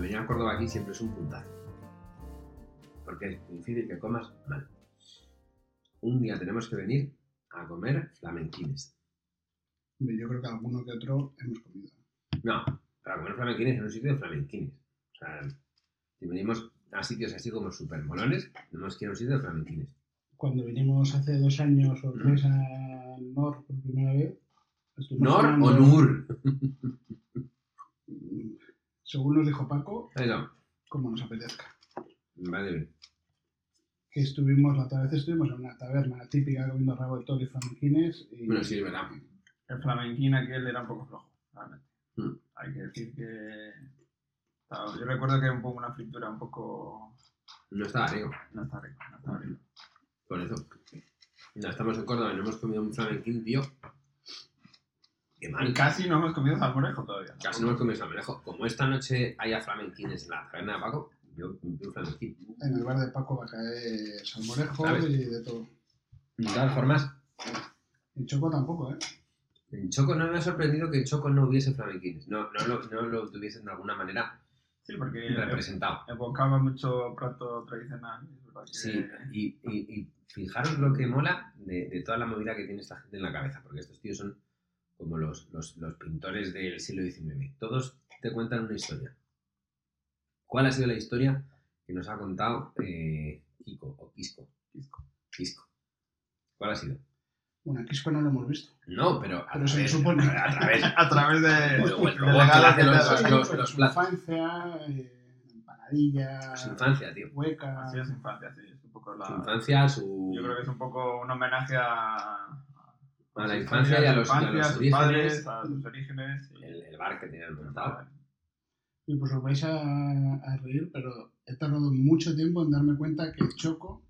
venir a Córdoba aquí siempre es un puntazo. Porque es difícil que comas mal. Un día tenemos que venir a comer flamenquines. Hombre, Yo creo que alguno que otro hemos comido. No, para comer flamenquines en un sitio de flamenquines. O sea, si venimos a sitios así como super molones, tenemos que ir a un sitio de flamenquines. Cuando vinimos hace dos años o tres a Nor por primera vez, estuvimos ¿Nor o cenando- Nur? Mm, Según nos dijo Paco, Eso, como nos apetezca. vale bien. Que estuvimos, la otra vez estuvimos en una taberna típica comiendo rabo de toro y flamenquines. Y Bueno, sí, es verdad. El flamenquín aquel era un poco flojo, realmente. Mm. Hay que decir que. estaba- Yo recuerdo que era un poco una fritura un poco. No estaba rico, No está rico, no está rico. por eso. No, estamos en Córdoba y no hemos comido un flamenquín, tío. Qué mal. Y casi no hemos comido salmorejo todavía. Hmm. Casi no hemos comido salmorejo. Como esta noche haya flamenquines en la taberna de Paco, yo pido un flamenquín. en el bar de Paco va a caer salmorejo ¿Sabes? y de todo. De todas formas, En Choco tampoco, ¿eh? en Choco no me ha sorprendido que en Choco no hubiese flamenquines. No, no, lo- no lo tuviesen de alguna manera Sí, porque representado. evocaba mucho plato tradicional. es verdad que- Sí, y, y- y fijaros lo que mola de, de toda la movida que tiene esta gente en la cabeza, porque estos tíos son como los, los- los pintores del siglo XIX. Todos te cuentan una historia. ¿Cuál ha sido la historia que nos ha contado eh, Kiko o Quisco? Quisco. ¿Cuál ha sido? Bueno, aquí es que no lo hemos visto. No, pero a Pero se través- supone. A través. A través de. Bueno, bueno, de luego la te la gala hacen de los- la- los- Pues, los su platos. infancia, eh, empanadilla, Su infancia, tío. hueca. Así es infancia, sí. Es un poco la. Su infancia, su. Yo creo que es un poco un homenaje a. A la su infancia y a los, y a infancia, los a sus orígenes. padres, a sus orígenes. y- El, el bar que tenían montado. Y pues os vais a, a reír, pero he tardado mucho tiempo en darme cuenta que el choco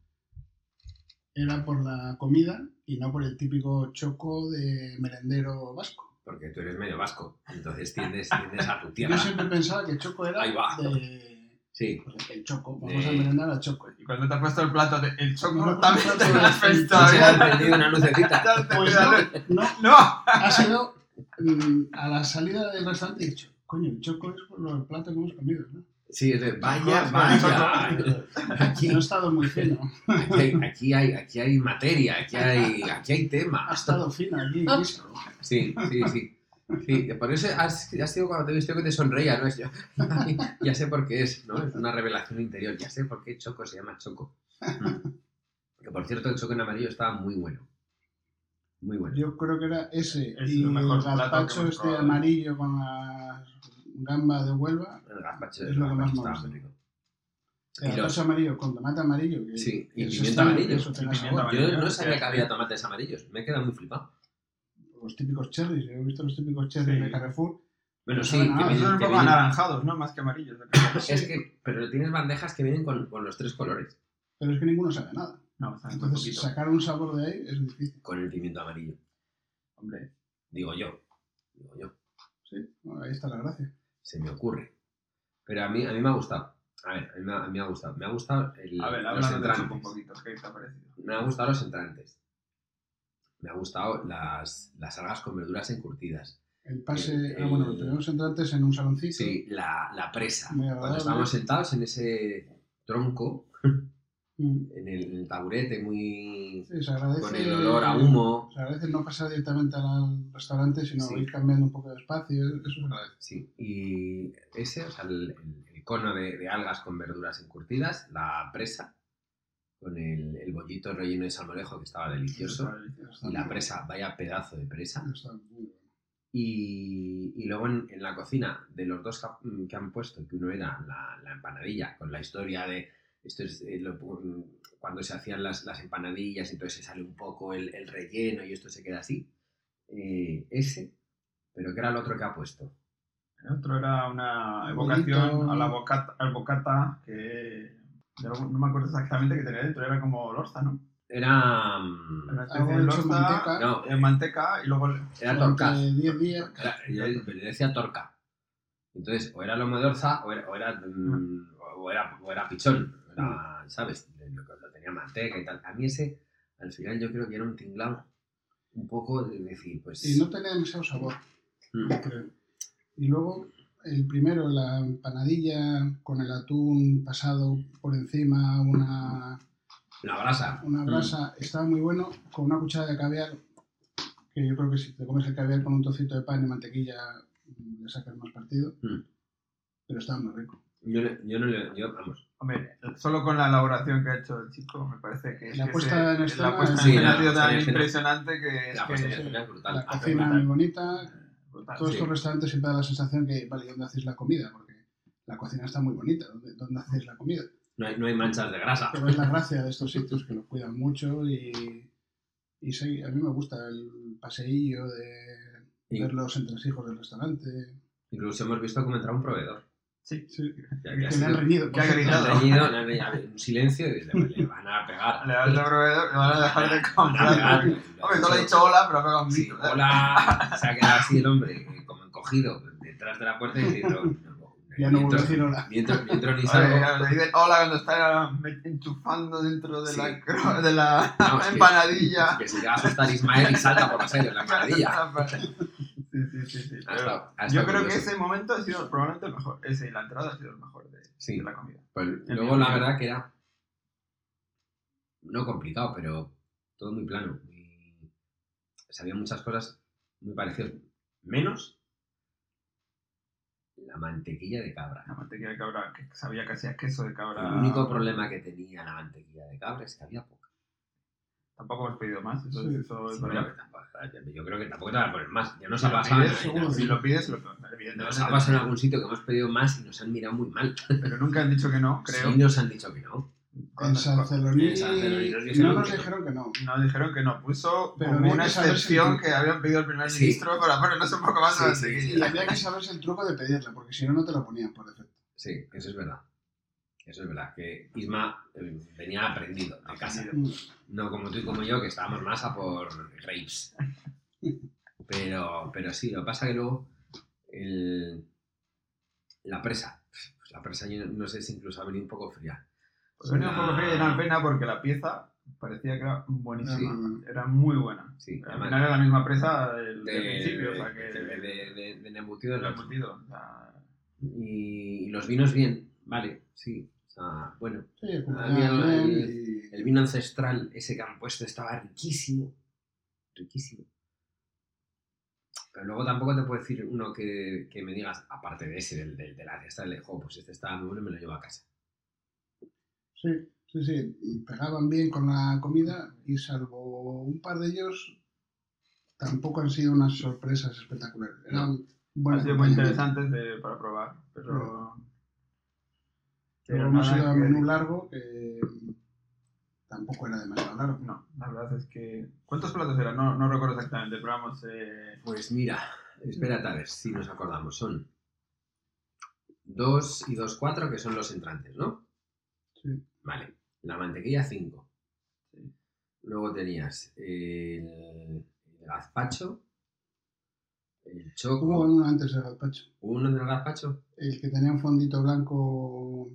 era por la comida y no por el típico choco de merendero vasco. Porque tú eres medio vasco. Entonces tiendes, tiendes a tu Yo tierra. siempre pensaba que el choco era Ahí va. de Sí. pues, el choco, vamos a De- Pues merendar a choco. Y cuando te has puesto el plato de el No, choco, también no, te no, lo has no, puesto, No se ¿eh? ha encendido una lucecita. Pues no, no, ¡No! ha sido mm, a la salida del restaurante he dicho, coño, el choco es por los platos que hemos comido, ¿no? Sí, es de vaya, Chocos, vaya. Y no ha estado muy fino, Aquí hay, aquí hay, aquí hay materia, aquí hay, aquí hay tema. ha estado fino allí, disco. Sí, sí, sí. Sí, por eso has, has sido cuando te he visto que te sonreía, ¿no? Es yo, ya sé por qué es, ¿no? Es una revelación interior. Ya sé por qué Choco se llama Choco. Mm. Que por cierto, el Choco en amarillo estaba muy bueno. Muy bueno. Yo creo que era ese. Es y lo mejor el plato que gazpacho hemos este probado. amarillo con las gambas de Huelva. El gazpacho, Es el lo que más gazpacho me estaba gusta. muy rico. El Y los- gazpacho amarillo con tomate amarillo. que- Sí, y que eso pimienta está- amarillo. eso te da Y sabor. pimienta Yo amarillo. no sabía que había tomates amarillos. Me he quedado muy flipado. Los típicos cherries. Yo he visto los típicos cherries Sí. de Carrefour. Bueno, No sí, sabe nada, que eso Son vienen- un que poco vienen- anaranjados, ¿no? Más que amarillos. yo creo. es que, pero tienes bandejas que vienen con, con los tres colores, Pero es que ninguno sabe nada. No, saben muy Entonces, Ah, pues poquito. sacar un sabor de ahí es difícil. con el pimiento amarillo. Hombre, Digo yo, digo yo, Sí, bueno, ahí está la gracia. se me ocurre. Pero a mí, a mí me ha gustado. A ver, a mí, me ha- a mí me ha gustado. Me ha gustado el- a ver, los hablando de choco un entrantes. poquito, ¿qué te ha parecido? Me ha gustado los entrantes. Me ha gustado las, las algas con verduras encurtidas. El pase. El- Ah, bueno, el- lo tuvimos entrantes en un saloncito. Sí, la, la presa. Muy Cuando agradable. estábamos sentados en ese tronco, Mm, en el, en el taburete, muy sí, se agradece. con el olor a humo. Se agradece no pasar directamente al restaurante, sino Sí. ir cambiando un poco de espacio. Eso se agradece. Sí, y ese, o sea, el, el- el cono de, de algas con verduras encurtidas, la presa, con el, el bollito relleno de salmorejo que estaba delicioso, y la presa, vaya pedazo de presa. Está muy bueno. Y, y luego en, en la cocina, de los dos que, ha- mm, que han puesto, que uno era la, la empanadilla, con la historia de esto es, eh, lo- cuando se hacían las, las empanadillas, entonces se sale un poco el, el relleno y esto se queda así. Eh, ese, pero que era el otro que ha puesto. El otro era una Un evocación bollito. a la bocata, al bocata que de algún- no me acuerdo exactamente qué tenía dentro, era como lorza, ¿no? Era. mm, Algo Era una especie de hecho en lorza, manteca. No, en manteca y luego era Durante torcaz. 10 días. Era- yo, yo le decía torca. Entonces, o era lomo de orza o era, o era, mm, o era, o era pichón. Era, ¿Sabes? Lo, que- lo tenía manteca y tal. A mí ese, al final, yo creo que era un tinglao. Un poco de decir, pues. Y no tenía demasiado sabor, mm, creo. Y luego, El primero, la empanadilla con el atún pasado por encima, una, La brasa. una brasa, estaba muy bueno, con una cuchara de caviar, que yo creo que si te comes el caviar con un trocito de pan y mantequilla, mm, le sacas más partido, Mm. pero estaba muy rico. Yo, le- yo no le. Yo, vamos. Hombre, solo con la elaboración que ha hecho el chico, me parece que. La que puesta se- en escena La puesta en Sí, escena la ha sido puesta en tan escena. impresionante que es La que. puesta en sí. escena es brutal. La Ah, cocina brutal. muy bonita, brutal. todos Ah, Sí. estos restaurantes siempre da la sensación que, vale, ¿dónde hacéis la comida? Porque la cocina está muy bonita, ¿dónde, dónde hacéis la comida? No hay, no hay manchas de grasa. Pero es la gracia de estos sitios, que los cuidan mucho y, y sí, a mí me gusta el paseillo de Y- ver los entresijos del restaurante. Incluso hemos visto cómo entraba un proveedor. Sí. Sí, Ya- ya que se- le han reñido. que ha por cierto. le han gritado. reñido, le han reñido, un silencio y le, le van a pegar. Le va el proveedor, le van a dejar de Van a comprar. pegar. Hombre, no le he dicho hola, pero ha pegado un Sí, grito. hola. Se ha quedado así el hombre, eh, como encogido, detrás de la puerta y diciendo. no, Ya no vuelvo a mientras- decir hola. mientras- mientras ni Oye, salgo. claro, le dicen hola cuando está me- enchufando dentro de Sí. la, cro- de la No, es que- empanadilla. Que se llega a asustar Ismael y salta por los aires la maravilla. Sí, sí, sí. sí. Ha estado- ha Yo estado creo que curioso. ese momento ha sido probablemente el mejor. Ese, y la entrada ha sido el mejor de, Sí. de la comida. Pues En luego mi la opinión. verdad que era no complicado, pero todo muy plano. muy- o sea, había muchas cosas muy parecidas. Menos la mantequilla de cabra. La mantequilla de cabra, que sabía que hacía queso de cabra. El único problema que tenía la mantequilla de cabra es que había poca. Tampoco hemos pedido más. Eso, Sí. eso es Sí, verdad. pero tampoco- yo creo que tampoco te van a poner más. Ya nos Si ha lo pasado. pides, en- seguro, en- Si lo pides, lo evidentemente. Nos ha pasado en algún sitio que hemos pedido más y nos han mirado muy mal. Pero nunca han dicho que no, creo. Sí, nos han dicho que no. En Cuando- San cuando- Celoní en San Celoní nos no dijeron nos que no. dijeron que no. Nos dijeron que no, puso Pero como había una que saber si- excepción que habían pedido el primer Sí. ministro para ponernos un poco más Sí, de sí, mantequilla. Y había que saberse el truco de pedirla, porque si no, no te lo ponían por defecto. Sí, eso es verdad. Eso es verdad, que Isma eh, venía aprendido de casa. Mm. No como tú y como yo, que estábamos más a por grapes. Pero, pero sí, lo que pasa que luego el- la presa, pues la presa yo no sé si incluso ha venido un poco fría. Pues venía un poco fría y era pena porque la pieza parecía que era buenísima. Sí. Era muy buena. Sí, Al además, final era la misma presa del, de, del principio, o sea que. de- de- de- del embutido. del del- embutido, o sea, Y, y los vinos bien, vale, sí. O sea, bueno, Sí, como Había ya ven, el- y- el vino ancestral, ese que han puesto, estaba riquísimo. Riquísimo. Pero luego tampoco te puedo decir uno que, que me digas, aparte de ese, del, del, del ancestral, de, jo, pues este estaba muy bueno y me lo llevo a casa. Sí, sí, sí. Y pegaban bien con la comida y salvo un par de ellos, tampoco han sido unas sorpresas espectaculares. Eran han buenas sido muy interesantes de- para probar, pero. Mm. Luego hemos nada ido a que- menú largo que tampoco era demasiado largo. No, la verdad es que. ¿Cuántos platos eran? No, no recuerdo exactamente, pero vamos. Eh, Pues mira, espérate a ver si nos acordamos. Son dos y dos, cuatro, que son los entrantes, ¿no? Sí. Vale. La mantequilla, cinco. Sí. Luego tenías el, el gazpacho, el choco. Hubo uno antes del gazpacho, ¿Uno del gazpacho? el que tenía un fondito blanco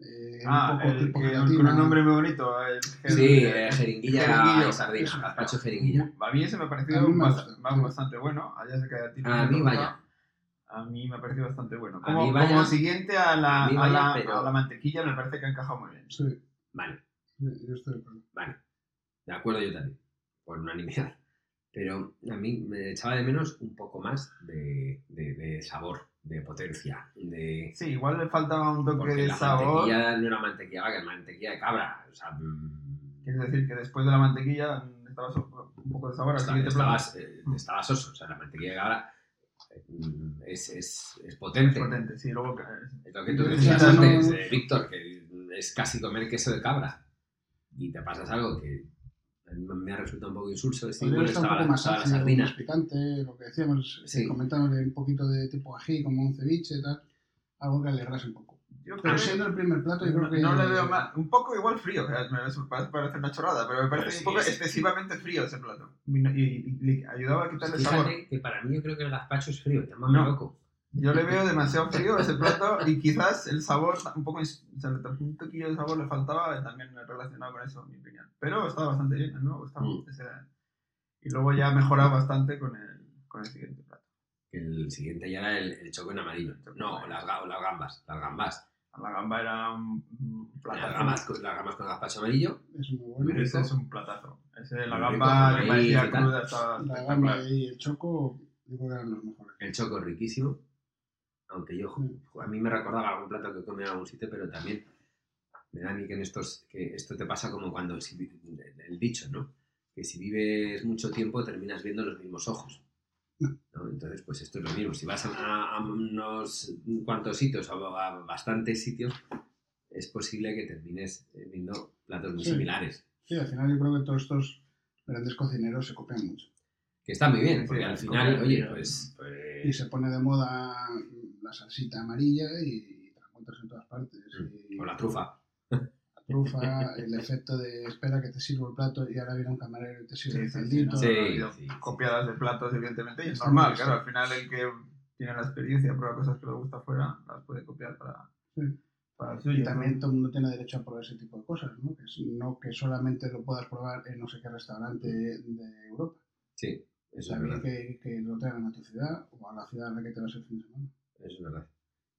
eh, ah, un poco el, tipo que- gelatina. con un nombre muy bonito. El, Sí, el- eh, jeringuilla jeringuillo. y sardina, gazpacho jeringuilla. A mí ese me ha A parecido mí me bas- gusta. bas- bastante bueno. Allá se queda tiene A una mí torta. vaya. A mí me ha parecido bastante bueno. A Como, mí vaya. como siguiente a la, A mí a vaya, la- pero- a la mantequilla me parece que ha encajado muy bien. Sí, sí, Vale, yo estoy de acuerdo. vale. De acuerdo yo también, por unanimidad. Pero a mí me echaba de menos un poco más de, de- de sabor, de potencia, de... Sí, igual le faltaba un toque Porque de la sabor. mantequilla no era mantequilla vaca, era mantequilla de cabra. O sea, mm, Quiere decir que después de la mantequilla mm, estaba so- un poco de sabor al esta- siguiente plato. estabas, eh, estabas oso. O sea, la mantequilla de cabra eh, mm, es, es, es potente. Potente, sí, luego. eh, Es lo que tú Yo decías decía, antes, no- eh, Víctor, que es casi comer queso de cabra. Y te pasas algo que a mí me ha resultado un poco insulso decir, Podría bueno, estar un estaba poco la, más estaba la ácido, más sardina. picante, lo que decíamos, Sí. eh, comentamos de un poquito de tipo ají, como un ceviche, tal, algo que alegrase un poco. Yo creo Pero siendo el primer plato, yo creo No, que... no le veo más. Un poco igual frío, eh, me parece parece una chorrada, pero me parece Pero un sí, poco es- excesivamente frío ese plato. Y, y- y le ayudaba a quitarle sabor. Fíjate que para mí yo creo que el gazpacho es frío, llámame No. loco. Yo le veo demasiado frío ese plato y quizás el sabor, un poco, ins- o sea, un toquillo de sabor le faltaba, también relacionado con eso, en mi opinión. Pero estaba bastante bien, a mí me gustaba. Mm. ese- y luego ya ha mejorado bastante con el, con el siguiente plato. Que El siguiente ya era el, el choco en amarillo. No, o las, ga- o las gambas. Las gambas. La gamba era un un Las platazo. gambas, con- las gambas con gazpacho amarillo. Es muy Pero bueno. Ese es un platazo. Ese, la Muy rico, gamba que amarillo parecía y tal. cruda estaba La espectacular. gamba y el choco, yo creo que eran los mejores. El choco riquísimo. Aunque yo, jo, a mí me recordaba algún plato que comía en algún sitio, pero también me da a mí que, en estos, que esto te pasa como cuando si vi- el, el dicho, ¿no? Que si vives mucho tiempo terminas viendo los mismos ojos. ¿no? Entonces, pues esto es lo mismo. Si vas a, a- a unos cuantos sitios o a, bastantes sitios, es posible que termines eh, viendo platos muy Sí. similares. Sí, al final yo creo que todos estos grandes cocineros se copian mucho. Que está muy bien, Sí, porque sí, al es final, como- oye, pues, Y pues se pone de moda la salsita amarilla y te la encuentras en todas partes. Mm, Y o la trufa. la trufa, el efecto de espera que te sirvo el plato y ahora viene un camarero y te sirve Sí, el sí, sí, caldito. no, Sí, ha habido sí, sí. copiadas de platos, evidentemente, y es Está normal, muy bien, claro, al final el que tiene la experiencia, prueba cosas que le gusta afuera, las puede copiar para, Sí. para el Y suyo. también todo el mundo tiene derecho a probar ese tipo de cosas, ¿no? Que es- no que solamente lo puedas probar en no sé qué restaurante de Europa. Sí, eso es verdad. También que, que lo traigan a tu ciudad o a la ciudad en la que te vas el fin de semana. Eso es verdad.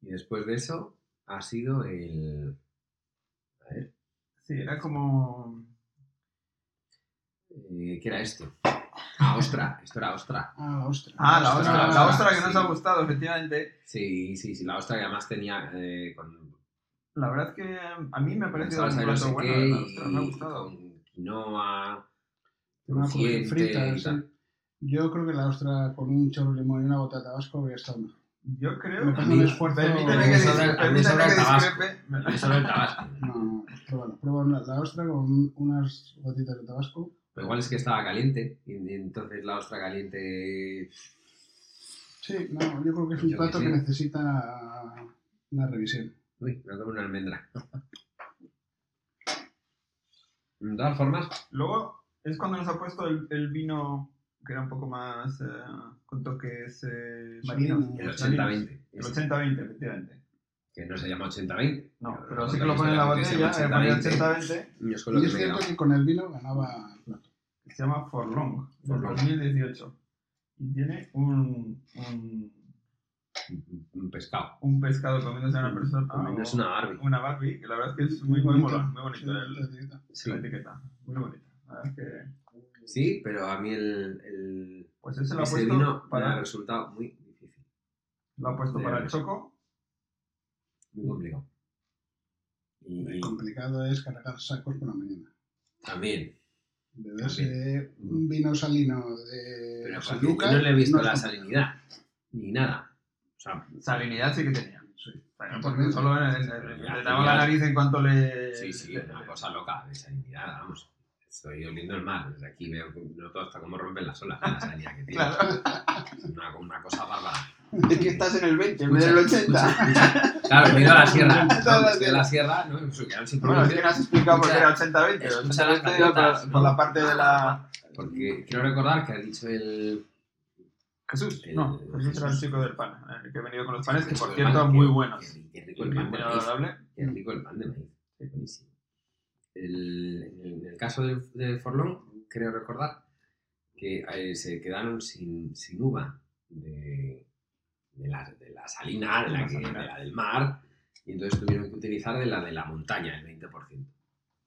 Y después de eso ha sido el. Sí, era como... eh, ¿Qué era esto? Ah, ostra. Esto era ostra. Ah, la ostra. Ah, la ostra, ostra, la la ostra que ostra, nos sí. ha gustado, efectivamente. Sí, sí, sí. La ostra que además tenía eh, con La verdad es que a mí me ha con parecido un salsa de no plato sé bueno, qué la ostra me ha y gustado. con quinoa. Una crujiente frita, y sí. tal. Yo creo que la ostra con un chorro de limón y una bota de tabasco habría estado mejor. Yo creo... Me parece Permíteme un esfuerzo- que Me dis- sobra- a mí permíteme sobra que el tabasco. discrepe. No solo el tabasco. No, no, pues pruébalo. Prueba una- la ostra con unas gotitas de tabasco. Pero igual es que estaba caliente. Y y entonces la ostra caliente. Sí, no, yo creo que es Yo un que plato sí. que necesita una revisión. Uy, me como una almendra. De todas formas, Luego es cuando nos ha puesto el, el vino que era un poco más eh, con toques eh, Marinos. marinos. el marinos. 80-20. El 80-20, efectivamente. que no se llama 80-20. No, pero sí que lo pone en la que se botella, llama le pone 80-20. 80-20, Y es con lo Y que es me he cierto quedado. que con el vino ganaba el plato. que se llama Forlong, del Forlong. 2018. Y tiene un, un, Un- un pescado. un pescado comiéndose a una persona. También o es una Barbie. una Barbie, que la verdad es que es muy, muy, bonito. molón, muy bonito Sí, el- la etiqueta. Sí. la etiqueta. Muy bonita. La verdad es que. Sí, pero a mí el, el Pues ese lo ha ese puesto vino me ha para, resultado muy difícil, lo ha puesto de- para el Choco. muy complicado. Y, Lo y complicado es cargar sacos por la mañana. también, Beberse un vino salino de Mm. pero San porque yo Lucas no le he visto no es la complicado. salinidad, ni nada. O sea, Salinidad sí que tenía. Sí. Bueno, porque solo en- en- en- Ya, le daba la ya. nariz en cuanto le. sí, sí, le- una cosa loca de salinidad, vamos. Estoy oliendo el mar, desde aquí veo, que no todo hasta cómo rompen las olas, la salinidad que tiene. Claro. Una, una cosa bárbara. Es que estás en el 20, en vez Escucha, del 80. escucha, escucha. Claro, me he ido a la sierra. Toda la No, Desde la sierra, ¿no? Pues, quedaron sin Bueno, es que producción. no has explicado por qué era 80-20. Escucha pero las te digo gaviotas, por, ¿no? por la parte de la. Porque quiero recordar que ha dicho el. Jesús. El- No, Jesús era el Eh, Jesús. chico del pan, eh, el que ha venido con los panes, que por el cierto, pan, muy que- buenos. que- que rico el Muy pan de maíz. agradable. Qué rico el pan de maíz. Es buenísimo. El- en el caso de, de Forlón, creo recordar que eh, se quedaron sin, sin uva de, de, la, de la salina, de la, La que- salina. de la del mar, y entonces tuvieron que utilizar de la de la montaña, el 20%.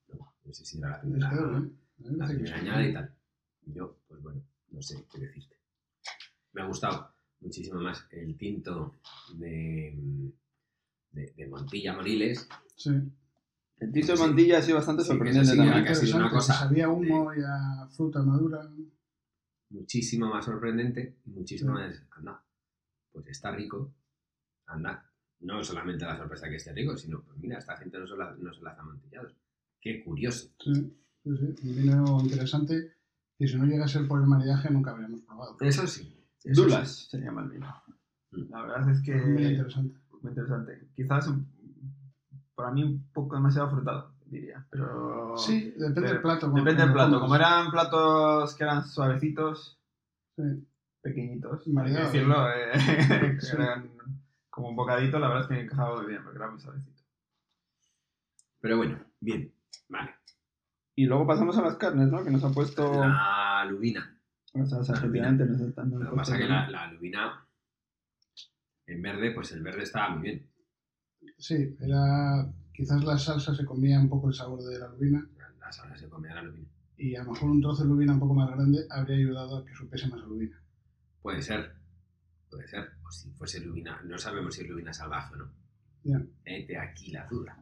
No, no sé si era la Es primera. claro, ¿eh? A mí me la parece que primera sí. añada y tal. Y Yo, pues bueno, no sé qué decirte. Me ha gustado muchísimo más el tinto de, de, de Montilla Moriles. Sí. El Tito de Montilla ha sido bastante Sí, que sorprendente eso sí, también. que ha sido una Interesante, cosa. Sabía a humo y a fruta madura. Muchísimo más sorprendente y muchísimo Mm. más. Anda, pues está rico. Anda. No solamente la sorpresa que esté rico, sino, pues mira, esta gente no se la, no se las ha amontillado. Qué curioso. Sí, sí, sí. Un vino interesante. Y si no llega a ser por el maridaje, nunca habríamos probado. Eso sí. eso Dulas sí. se llama el vino. Mm. La verdad es que. Muy interesante. Muy interesante. Quizás un- para mí un poco demasiado frutado, diría. Pero. Sí, depende pero- del plato. como oh, Depende del lo plato. comas. Como eran platos que eran suavecitos, Sí. pequeñitos, hay que Mareado. decirlo, eh, Sí. eran como un bocadito, la verdad es que me encajaba muy bien, porque era muy suavecito. Pero bueno, bien. Vale. Y luego pasamos a las carnes, ¿no? Que nos ha Oh. puesto... La lubina. O sea, efectivamente, Mm, nos están... Lo que pasa es que la, la lubina En verde, pues el verde estaba muy bien. Sí, era. Quizás la salsa se comía un poco el sabor de la lubina Las salsas se comían la lubina. y a lo mejor un trozo de lubina un poco más grande habría ayudado a que supiese más a lubina. Puede ser. Puede ser. O si fuese lubina. No sabemos si es lubina salvaje o no. Ya. Vete aquí la duda.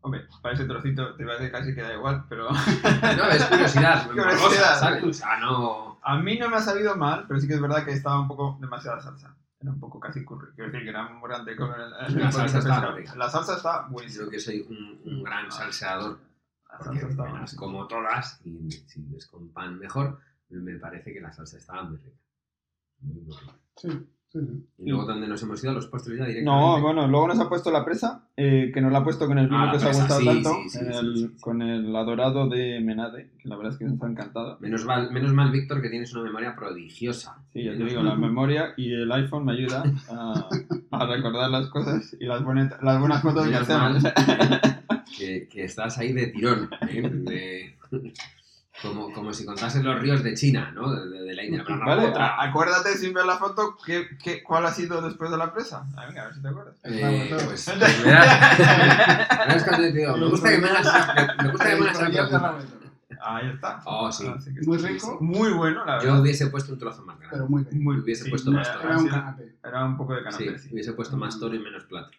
Hombre, para ese trocito te iba a decir casi que da igual, pero No, es curiosidad. Curiosidad. morbosa, ¿sabes? O sea, no. a mí no me ha sabido mal, pero sí que es verdad que estaba un poco demasiada salsa. Era un poco casi curry. Quiero decir que era un grande con el- el- La salsa el- está rica. La salsa está Creo buenísima. que soy un, un Ah, gran salseador. La Porque salsa está me las buenísima. como todas y si ves con pan mejor, me parece que la salsa estaba muy rica. Muy, muy rica. Sí, sí, sí. Y luego, ¿dónde nos hemos ido? ¿A los postres ya directamente? No, bueno, luego nos ha puesto la presa, eh, que nos la ha puesto con el vino Ah, la que os ha presa, gustado sí, tanto, sí, sí, en sí, el- sí, sí. con el adorado de Menade, que la verdad es que nos ha encantado. Menos mal, menos mal, Víctor, que tienes una memoria prodigiosa. Sí, ya te Menos digo, mal. la memoria y el iPhone me ayuda a, a recordar las cosas y las, bonita- las buenas fotos que Menos hacemos. mal que, que estás ahí de tirón, ¿eh? De- como, como si contases los ríos de China, ¿no? De, de- de la India. Pero no, Vale, otra. a- acuérdate sin ver la foto qué, qué- cuál ha sido después de la presa. Ah, venga, a ver si te acuerdas. Eh, Vamos, pues, pues me da- me das cuando te digo, me gusta que me hagas esa- me- me gusta que me hagas esa Con hierba pregunta. la meto. Ahí está. Oh, sí. Así que Muy está- rico. Muy bueno, la Yo verdad. hubiese puesto un trozo más grande. Pero muy bien. Muy, hubiese sí, puesto más la- Era un sí, canapé. Era un poco de Sí, canapé, sí. hubiese puesto más toro y menos plato.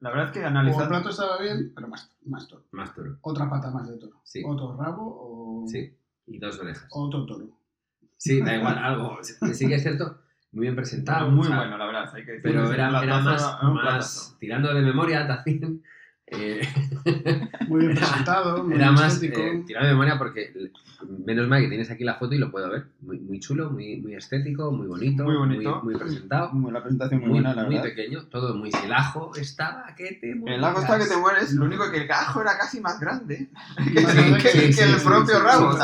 La verdad es que O analizar... el plato estaba bien, pero más, más toro. Más toro, Otra pata más de toro. sí. Oh. Otro rabo o Sí. Y dos orejas. otro toro. Sí, da igual, algo. Sí sí que es cierto. Muy bien Estaba presentado. muy o sea, bueno, la verdad. Hay que decir Pero que era, la era taza más, era un más tirando de memoria también. eh, Muy bien Era- presentado, muy era más estético. eh, tirando de memoria porque l- menos mal que tienes aquí la foto y lo puedo ver. Muy, muy chulo, muy, muy estético, muy bonito, Muy bonito. muy, muy platazo. presentado, Muy- La presentación muy, muy, buena, la muy verdad. pequeño, todo muy. El ajo estaba que te El lago está que te mueres. mueres, lo único que el gajo era casi más grande que, Más que- grande que- que- que sí, el sí, propio sí, rabo. sí, o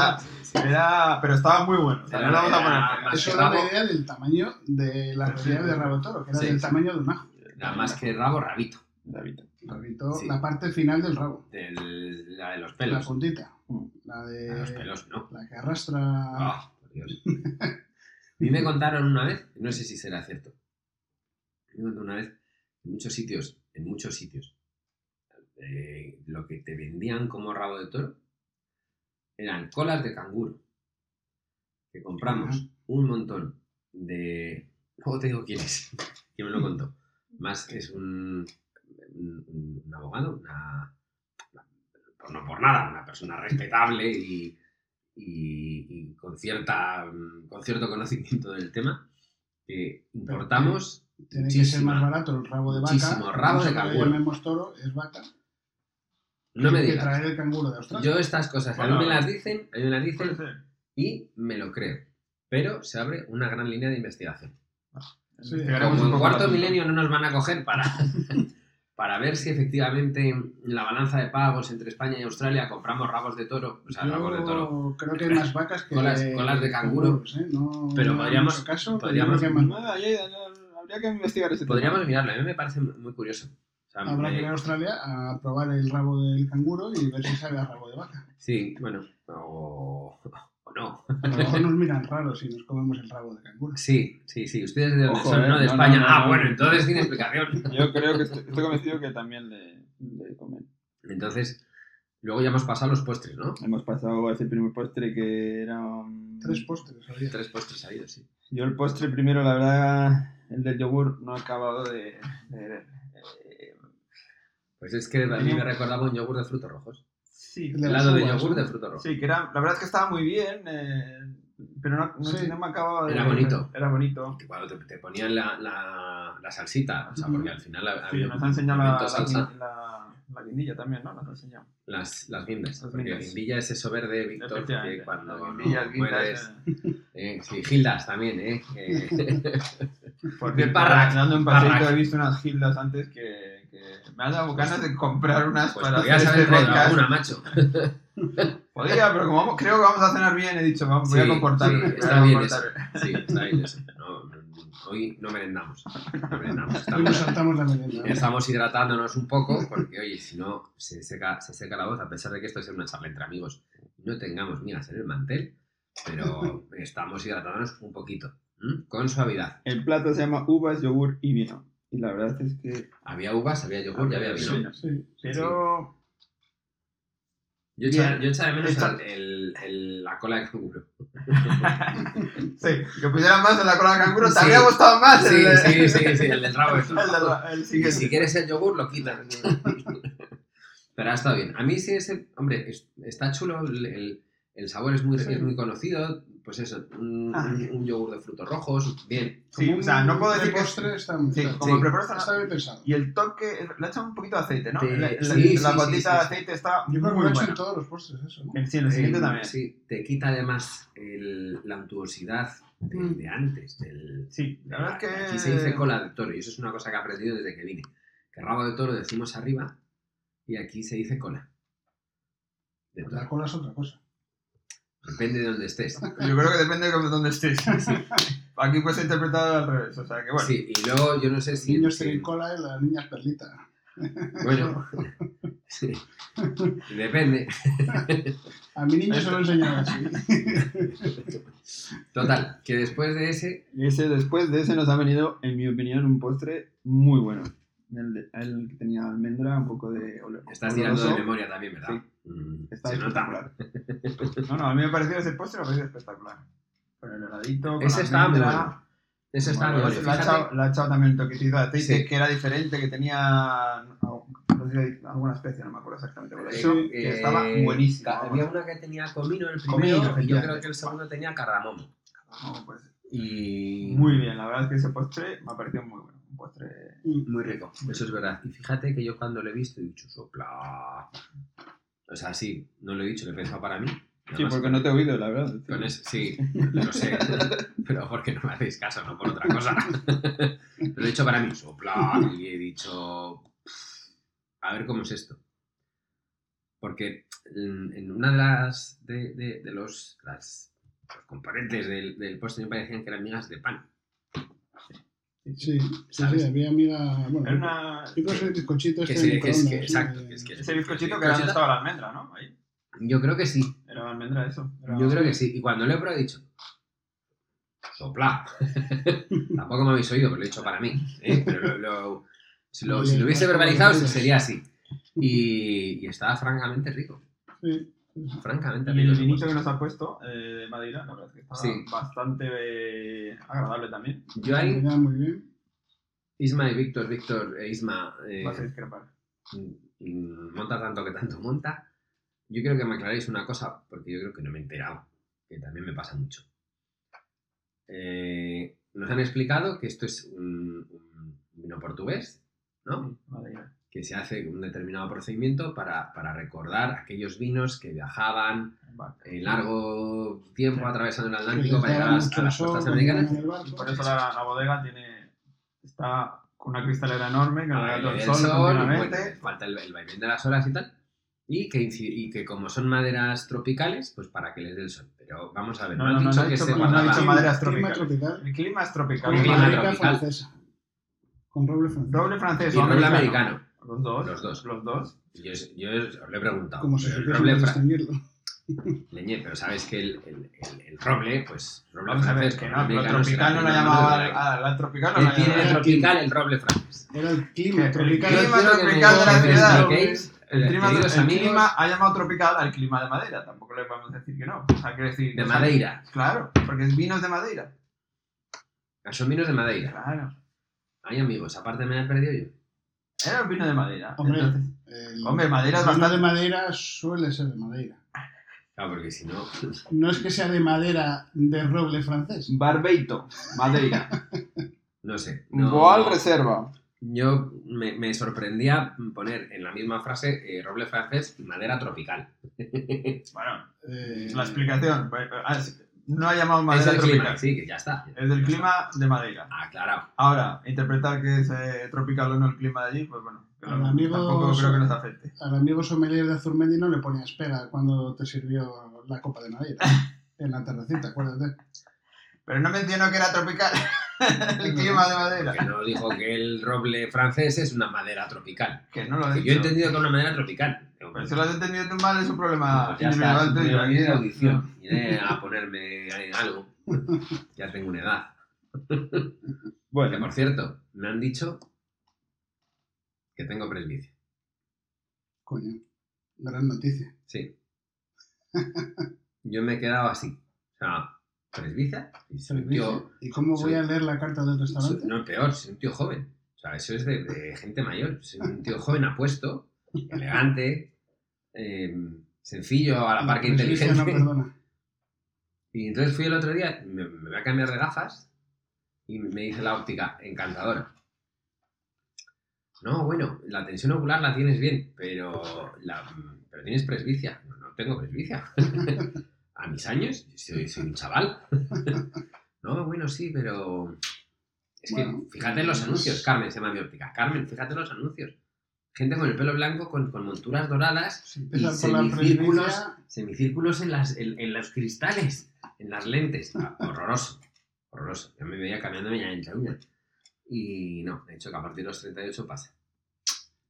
sea, era, pero estaba muy bueno. O sea, Era- no lo vamos a poner. era- feo. Eso Más da rabo. una idea del tamaño de la realidad de rabo toro, que era Sí. del tamaño de un ajo. Nada más que rabo, rabito. David. Repito, Sí. la parte final del rabo, del- la de los la pelos. puntita, Mm. la La de los de pelos, ¿no? la que arrastra. Ah, por Dios. A mí me contaron una vez, no sé si será cierto, me contaron una vez en muchos sitios, en muchos sitios, eh, lo que te vendían como rabo de toro eran colas de canguro, que compramos un montón de... Luego te digo quién es, quién me lo contó. Más es un, un- un- un abogado, una, una- no por nada, una persona respetable y y, y con, cierta, mm, con cierto conocimiento del tema, que importamos Tiene que ser muchísima- más barato el rabo de muchísimo vaca. rabo de Nosotros le canguro. llamemos toro, es vaca. No me Hay que digas. traer el canguro de Australia. Yo estas cosas, a mí Bueno. me las dicen, a mí me las Puede dicen ser. y me lo creo. Pero se abre una gran línea de investigación. Sí, Investigaremos Como un en poco cuarto más. milenio no nos van a coger para, para ver si efectivamente la balanza de pagos entre España y Australia compramos rabos de toro, o sea, Yo rabos de toro. creo que hay más vacas que Colas- colas de canguro. canguros, ¿eh? No, Pero no hay podríamos- mucho caso, pero podríamos- yo creo que hay más. No, ahí- ahí- Habría que investigar ese tema. Podríamos mirarlo, a mí me parece muy curioso. O sea, Habrá que me- ir a Australia a probar el rabo del canguro y ver si sabe a rabo de vaca. Sí, bueno, o- o no. A lo mejor nos miran raro si nos comemos el rabo de canguro. Sí, sí, sí. Ustedes de dónde Ojo, son, eh, ¿no? De no, España. no, no, ah, no. bueno, entonces tiene explicación. Yo creo que estoy, estoy convencido que también le, le comen. Entonces, luego ya hemos pasado a los postres, ¿no? Hemos pasado a ese primer postre que era... un- Tres postres al día. Tres postres salidos, sí. Yo el postre primero, la verdad, el del yogur, no ha acabado de... de- eh, Pues es que a mí me recordaba un yogur de frutos rojos. sí, De las Helado de uvas, yogur ¿no? de frutos rojos. Sí, que era, la verdad es que estaba muy bien, eh, pero no, no, Sí. sé, no me acababa de... Era bonito. Era bonito. Que cuando te, te ponían la, la, la salsita, o sea, porque al final ha- Sí, había nos ha enseñado la, momento la, salsa. guin- la- la guindilla también, ¿no? Nos ha enseñado. las, las guindas. Las porque la guindas. guindilla es eso verde, Víctor, que Efectivamente, cuando la no guindilla, el guinda, mueres... eh, eh, sí, gildas también, ¿eh? Eh, Por De cierto, Parrac, dando un paseito Parrac. he visto unas gildas antes que, que me han dado ganas de comprar unas pues para podías hacer haber este traído podcast. alguna, macho. Podía, pero como vamos- creo que vamos a cenar bien, he dicho, vamos, voy Sí, a comportarme. sí, voy a está bien comportarme. Sí, está bien eso. No, hoy no merendamos. No merendamos. Hoy nos Estamos, saltamos la merienda. estamos hidratándonos un poco porque, oye, si no, se seca, se seca la voz, a pesar de que esto es una charla entre amigos. No tengamos migas en el mantel, pero estamos hidratándonos un poquito. ¿Mm? Con suavidad. El plato se llama uvas, yogur y vino. Y la verdad es que. Había uvas, había yogur y había Sí. vino. Sí. Pero. Yo echaba Bien. yo echaba de menos Está- el- el- el- la cola de canguro. Sí, que pusieran más en la cola de canguro. Te Sí. habría gustado más. Sí, el, sí, sí, sí, Ah, el del rabo. El, de- el Y siguiente. si quieres el yogur, lo quitan. Pero ha estado bien. A mí sí es el. Hombre, es- está chulo, el, el- el sabor es muy, Sí. es muy conocido. Pues eso, un, Ah. un- un yogur de frutos rojos, bien. Sí, Como o sea, no puedo un decir que- postre está muy Sí, está- como Sí. preparas la- está bien pensado. Y el toque, le echan un poquito de aceite, ¿no? Te- La- la- sí, la sí, gotita sí, sí, de sí. aceite está Yo muy creo que lo he hecho buena. en todos los postres, eso, ¿no? El, sí, el siguiente Eh, también. Sí. Sí, te quita además el- la untuosidad de, Mm. de antes. del- la verdad es que. Aquí se dice cola de toro y eso es una cosa que he aprendido desde que vine. Que rabo de toro decimos arriba y aquí se dice cola. De Pues La toro. cola es otra cosa. Depende de dónde estés. Yo creo que depende de dónde estés. Aquí puede ser interpretado al revés, o sea que bueno. Sí, y luego yo no sé Los si. niños si- tienen cola y las niñas perlita. Bueno, sí. Depende. A mi niño se lo enseñaba así. Total, que después de ese, Ese, después de ese nos ha venido, en mi opinión, un postre muy bueno. El, de- el que tenía almendra, un poco de olor. estás tirando de oloroso. memoria también, ¿verdad? Mm, Está se nota. espectacular. No, no, a mí me pareció ese postre, me pareció espectacular. Con el heladito, con Ese estaba muy almendra. bueno. Eso está Bueno, bien. le, ha echado, le ha echado también el toquecito de aceite, Sí. que era diferente, que tenía no, no sé, alguna especie, no me acuerdo exactamente cuál era. Eso, que estaba buenísimo. eh, Había vamos. una que tenía comino el Comino, primero y yo efectivamente. creo que el segundo tenía cardamomo. Ah, No, pues, Y muy bien, la verdad es que ese postre me ha parecido muy bueno. Un postre... Muy rico, eso es verdad. Y fíjate que yo cuando lo he visto he dicho, sopla. O sea, sí, no lo he dicho, lo he pensado para mí. Además, te he oído, la verdad. Con eso, sí, lo sé, pero porque no me hacéis caso, no por otra cosa. Lo he dicho para mí, sopla, y he dicho, a ver cómo es esto. Porque en en una de las, de, de- de los, las- los componentes del, del postre me parecían que eran migas de pan. Sí, sí, ¿Sabes? sí, había amiga. Bueno, Era una... yo creo que el bizcochito Que este sí, de que es- que- microondas, exacto, sí, que es que es- Ese bizcochito que era donde estaba la almendra, ¿no? Ahí. Yo creo que sí, Era la almendra eso. Era- Yo creo que sí. Y cuando lo he probado he dicho, sopla. Tampoco me habéis oído, pero lo he hecho para mí. ¿eh? Pero lo- lo- si, lo, si lo hubiese verbalizado sería así. Y, y estaba francamente rico. sí. Francamente Y rico. el ese vinito que postre. nos ha puesto eh, de Madeira, la verdad es que está Sí. bastante eh, agradable también. Yo ahí, Terminaba muy bien. Isma y Víctor, Víctor e Isma, eh, Vas a discrepar. mm, monta tanto que tanto monta. Yo creo que me aclaréis una cosa, porque yo creo que no me he enterado, que también me pasa mucho. Eh, nos han explicado que esto es un, un vino portugués, ¿no? Madeira. que se hace un determinado procedimiento para, para recordar aquellos vinos que viajaban Vale. eh, largo tiempo atravesando el Atlántico Les para llegar daba a las, mucho a las sol, costas comían americanas. en el Y barco. por eso la, la bodega tiene, está con una cristalera enorme que Ah, le da todo el el sol, sol bueno, continuamente. falta el, el vaivén de las olas y tal. Y que, inci- y que como son maderas tropicales, pues para que les dé el sol. Pero vamos a ver, No, no, no, han no, dicho no he que dicho- se no he guardaba... dicho madera Clima tropical. tropical. El clima es tropical. Con clima Madre- madera tropical. francesa. Con roble francés. Roble francés Y o roble americano. americano. Los dos. Los dos. Los dos. Yo, es- yo es- os lo he preguntado. Como si pero el supiésemos roble fra- distinguirlo. Leñé, pero sabes que el, el- el- el roble, pues, roble Vamos a ver, francés, que con no, lo americano será tropical no la primero llamaba de la- a la tropical no El la tiene el de llamaba. tro- tropical el roble francés. Era el Que clima el tropical. clima Yo quiero que me tropical de la expliquéis, ciudad. eh, El clima, queridos el amigos clima ha llamado tropical al clima de Madeira, tampoco le vamos a decir que no. O sea, quiero decir, de o sea, Madeira. Claro, porque es vinos de Madeira. Son vinos de Madeira. Claro. Ay, amigos, aparte me he perdido yo. Era un vino de Madeira. Hombre, Entonces, el- Hombre, madera es el vino bastante- de madera suele ser de madera. Claro, Ah, porque si no. No es que sea de madera de roble francés. Barbeito, Madeira. No sé. Boal No, Reserva. Yo me, me sorprendía poner en la misma frase eh, roble francés y madera tropical. Bueno, Eh, la explicación. bueno, ah, sí, No ha llamado es madera el tropical. clima, sí, que ya está. Es del clima de Madeira. Aclarado. Ahora, interpretar que es eh, tropical o no el clima de allí, pues bueno. que Al no- amigo- Tampoco creo que nos afecte. al amigo sommelier de Azurmendi no le ponías pega cuando te sirvió la copa de madera. En la terracita, acuérdate. Pero no mencionó que era tropical el clima de Madeira. Porque no dijo que el roble francés es una madera tropical. Que no lo he Que dicho. yo he entendido que es una madera tropical. Pero si lo has entendido tú mal, es un problema Pues ya está, es individual un tuyo. problema aquí de no. audición. Iré a ponerme algo. Ya tengo una edad. Que, Bueno, por cierto, me han dicho que tengo presbicia. Coño, gran noticia. Sí. Yo me he quedado así. O sea, presbicia. Y soy un tío- ¿Y cómo voy soy- a leer la carta del soy- restaurante? no, peor, soy un tío joven. O sea, eso es de, de gente mayor. Soy un tío joven apuesto, elegante, eh, sencillo, a la par que presbicia inteligente. No, perdona. Y entonces fui el otro día, me, me voy a cambiar de gafas y me dice la óptica, encantadora. No, bueno, la tensión ocular la tienes bien, pero, la, pero tienes presbicia. No, no tengo presbicia. a mis años, soy, soy un chaval. no, bueno, sí, pero... Es Bueno, que fíjate en los pues- anuncios, Carmen, se llama mi óptica. Carmen, fíjate en los anuncios. Gente con el pelo blanco, con, con monturas doradas Si y empiezas por la semicírculos, presbicia, semicírculos en, las, en, en los cristales, en las lentes. Ah, horroroso, horroroso. Yo me veía cambiándome ya entre una. Y no, de hecho que a partir de los 38 pasa.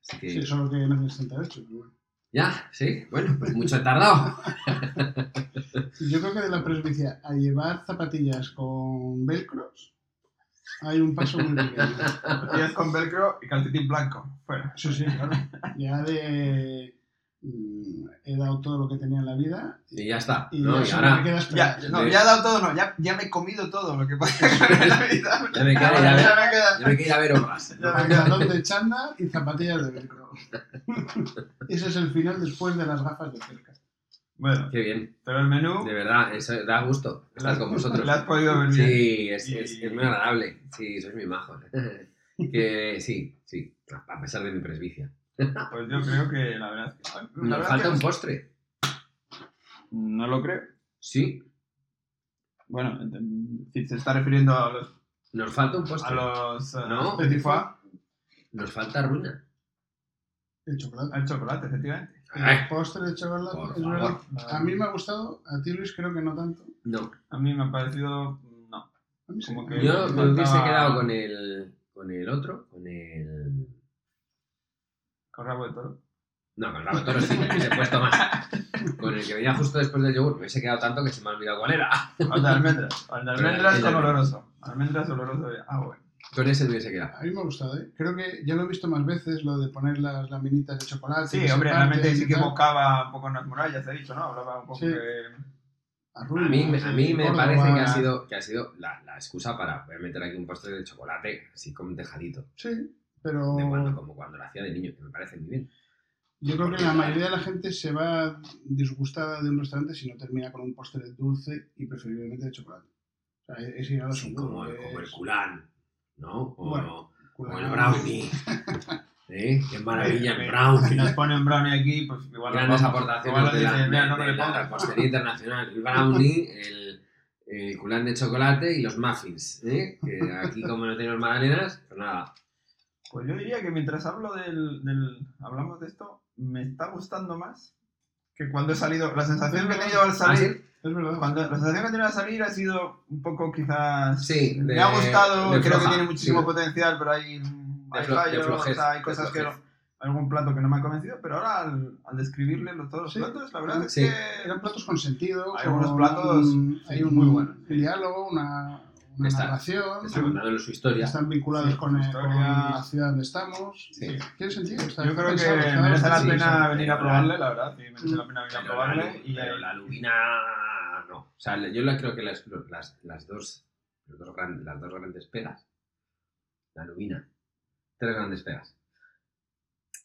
Así que... sí, solo que en el 68. pero bueno. Ya, sí, bueno, pues mucho he tardado. Yo creo que de la presbicia a llevar zapatillas con velcros hay un paso muy pequeño. zapatillas con velcro y calcetín blanco. Fuera. Sí, sí, claro. Ya de. mm, He dado todo lo que tenía en la vida Y ya está. y, ¿no? ya Y solo me ahora queda Ya, esperar. no, ya he dado todo, no, ya, ya me he comido todo lo que pasa en la vida. ya me queda Ahora ya ya ver- me queda. ya me queda ver obras. Ya me queda. Pantalón de chándal y zapatillas de velcro. Ese es el final después de las gafas de cerca. Bueno, Qué bien, pero el menú de verdad, eso da gusto estar con vosotros. lo has podido ver bien. Sí, es, es- es muy agradable. Sí, sois mi majo. Que sí, sí, a pesar de mi presbicia. Pues yo creo que la verdad es que. la verdad Nos es falta que un postre. No lo creo. Sí, Bueno, ent- si se está refiriendo a los. nos falta un postre. A los eh, No. petit foie, Nos falta ruina. El chocolate. al chocolate, efectivamente. Ah. El postre de chocolate. por es verdad. favor. A mí me ha gustado, a ti Luis creo que no tanto. No, A mí me ha parecido. No. A mí sí. Como que- yo me Faltaba- hubiese quedado con el, con el otro, con el... Con rabo de toro. No, con el rabo de toro sí, me hubiese puesto más. Con el que venía justo después del yogur, me hubiese quedado tanto que se me ha olvidado cuál era. Al de almendras. Al de Pero almendras el- con el- oloroso. Almendras oloroso. Ah, bueno. Con ese me hubiese quedado. A mí me ha gustado, ¿eh? Creo que ya lo he visto más veces, lo de poner las laminitas de chocolate. que Sí, se hombre, parten realmente sí y que tal. evocaba un poco en las murallas, he dicho, ¿no? Hablaba un poco Sí. de. Arruina, A mí, me- sí, a mí me Córdoba. parece que ha sido, que ha sido la, la excusa para voy a meter aquí un postre de chocolate, así con un tejadito. Sí, pero... De cuando, como cuando lo hacía de niño, que me parece muy bien. Yo creo que la mayoría de la gente se va disgustada de un restaurante si no termina con un postre dulce y preferiblemente de chocolate. O sea, es ir a lo Así seguro, como, el- es como el culán, ¿no? O- Bueno. O curar. el brownie. ¿Eh? Qué maravilla Eh, el eh, brownie. Si nos ponen brownie aquí, pues igual. Grandes vamos. aportaciones Igual de la, dicen, mira, no me de lo la pongas. repostería internacional. El brownie, el, el culán de chocolate y los muffins. ¿eh? Que aquí como no tenemos magdalenas, pues nada. Pues yo diría que mientras hablo del, del- hablamos de esto, me está gustando más que cuando he salido. La sensación que he tenido al salir, Es verdad. cuando, la sensación que he tenido al salir ha sido un poco quizás. Ah, Sí, de- me ha gustado, de creo que floja, tiene muchísimo sí. potencial, pero hay, mm, hay flo- de fallos, flojez, o sea, hay de cosas que no, flojez. algún plato que no me ha convencido, pero ahora al, al describirle los, todos los Sí. platos, la verdad es Sí. que Eran platos con sentido. Hay con unos platos, un- sí, hay un muy buenos, sí. diálogo, una, una Está- narración. Está contándole su historia. Están vinculados Sí, con, eh, historia. con la ciudad donde estamos. Sí. Tiene sentido. Está Yo creo pensado, que está merece la bastante pena pensado. venir a probarle, la verdad. Sí, merece la pena venir Pero a la, probarle. lu- Y pero la lubina no. O sea, yo la- creo que las, las, las dos, los dos gran- las dos grandes pegas, la lubina, tres grandes pegas.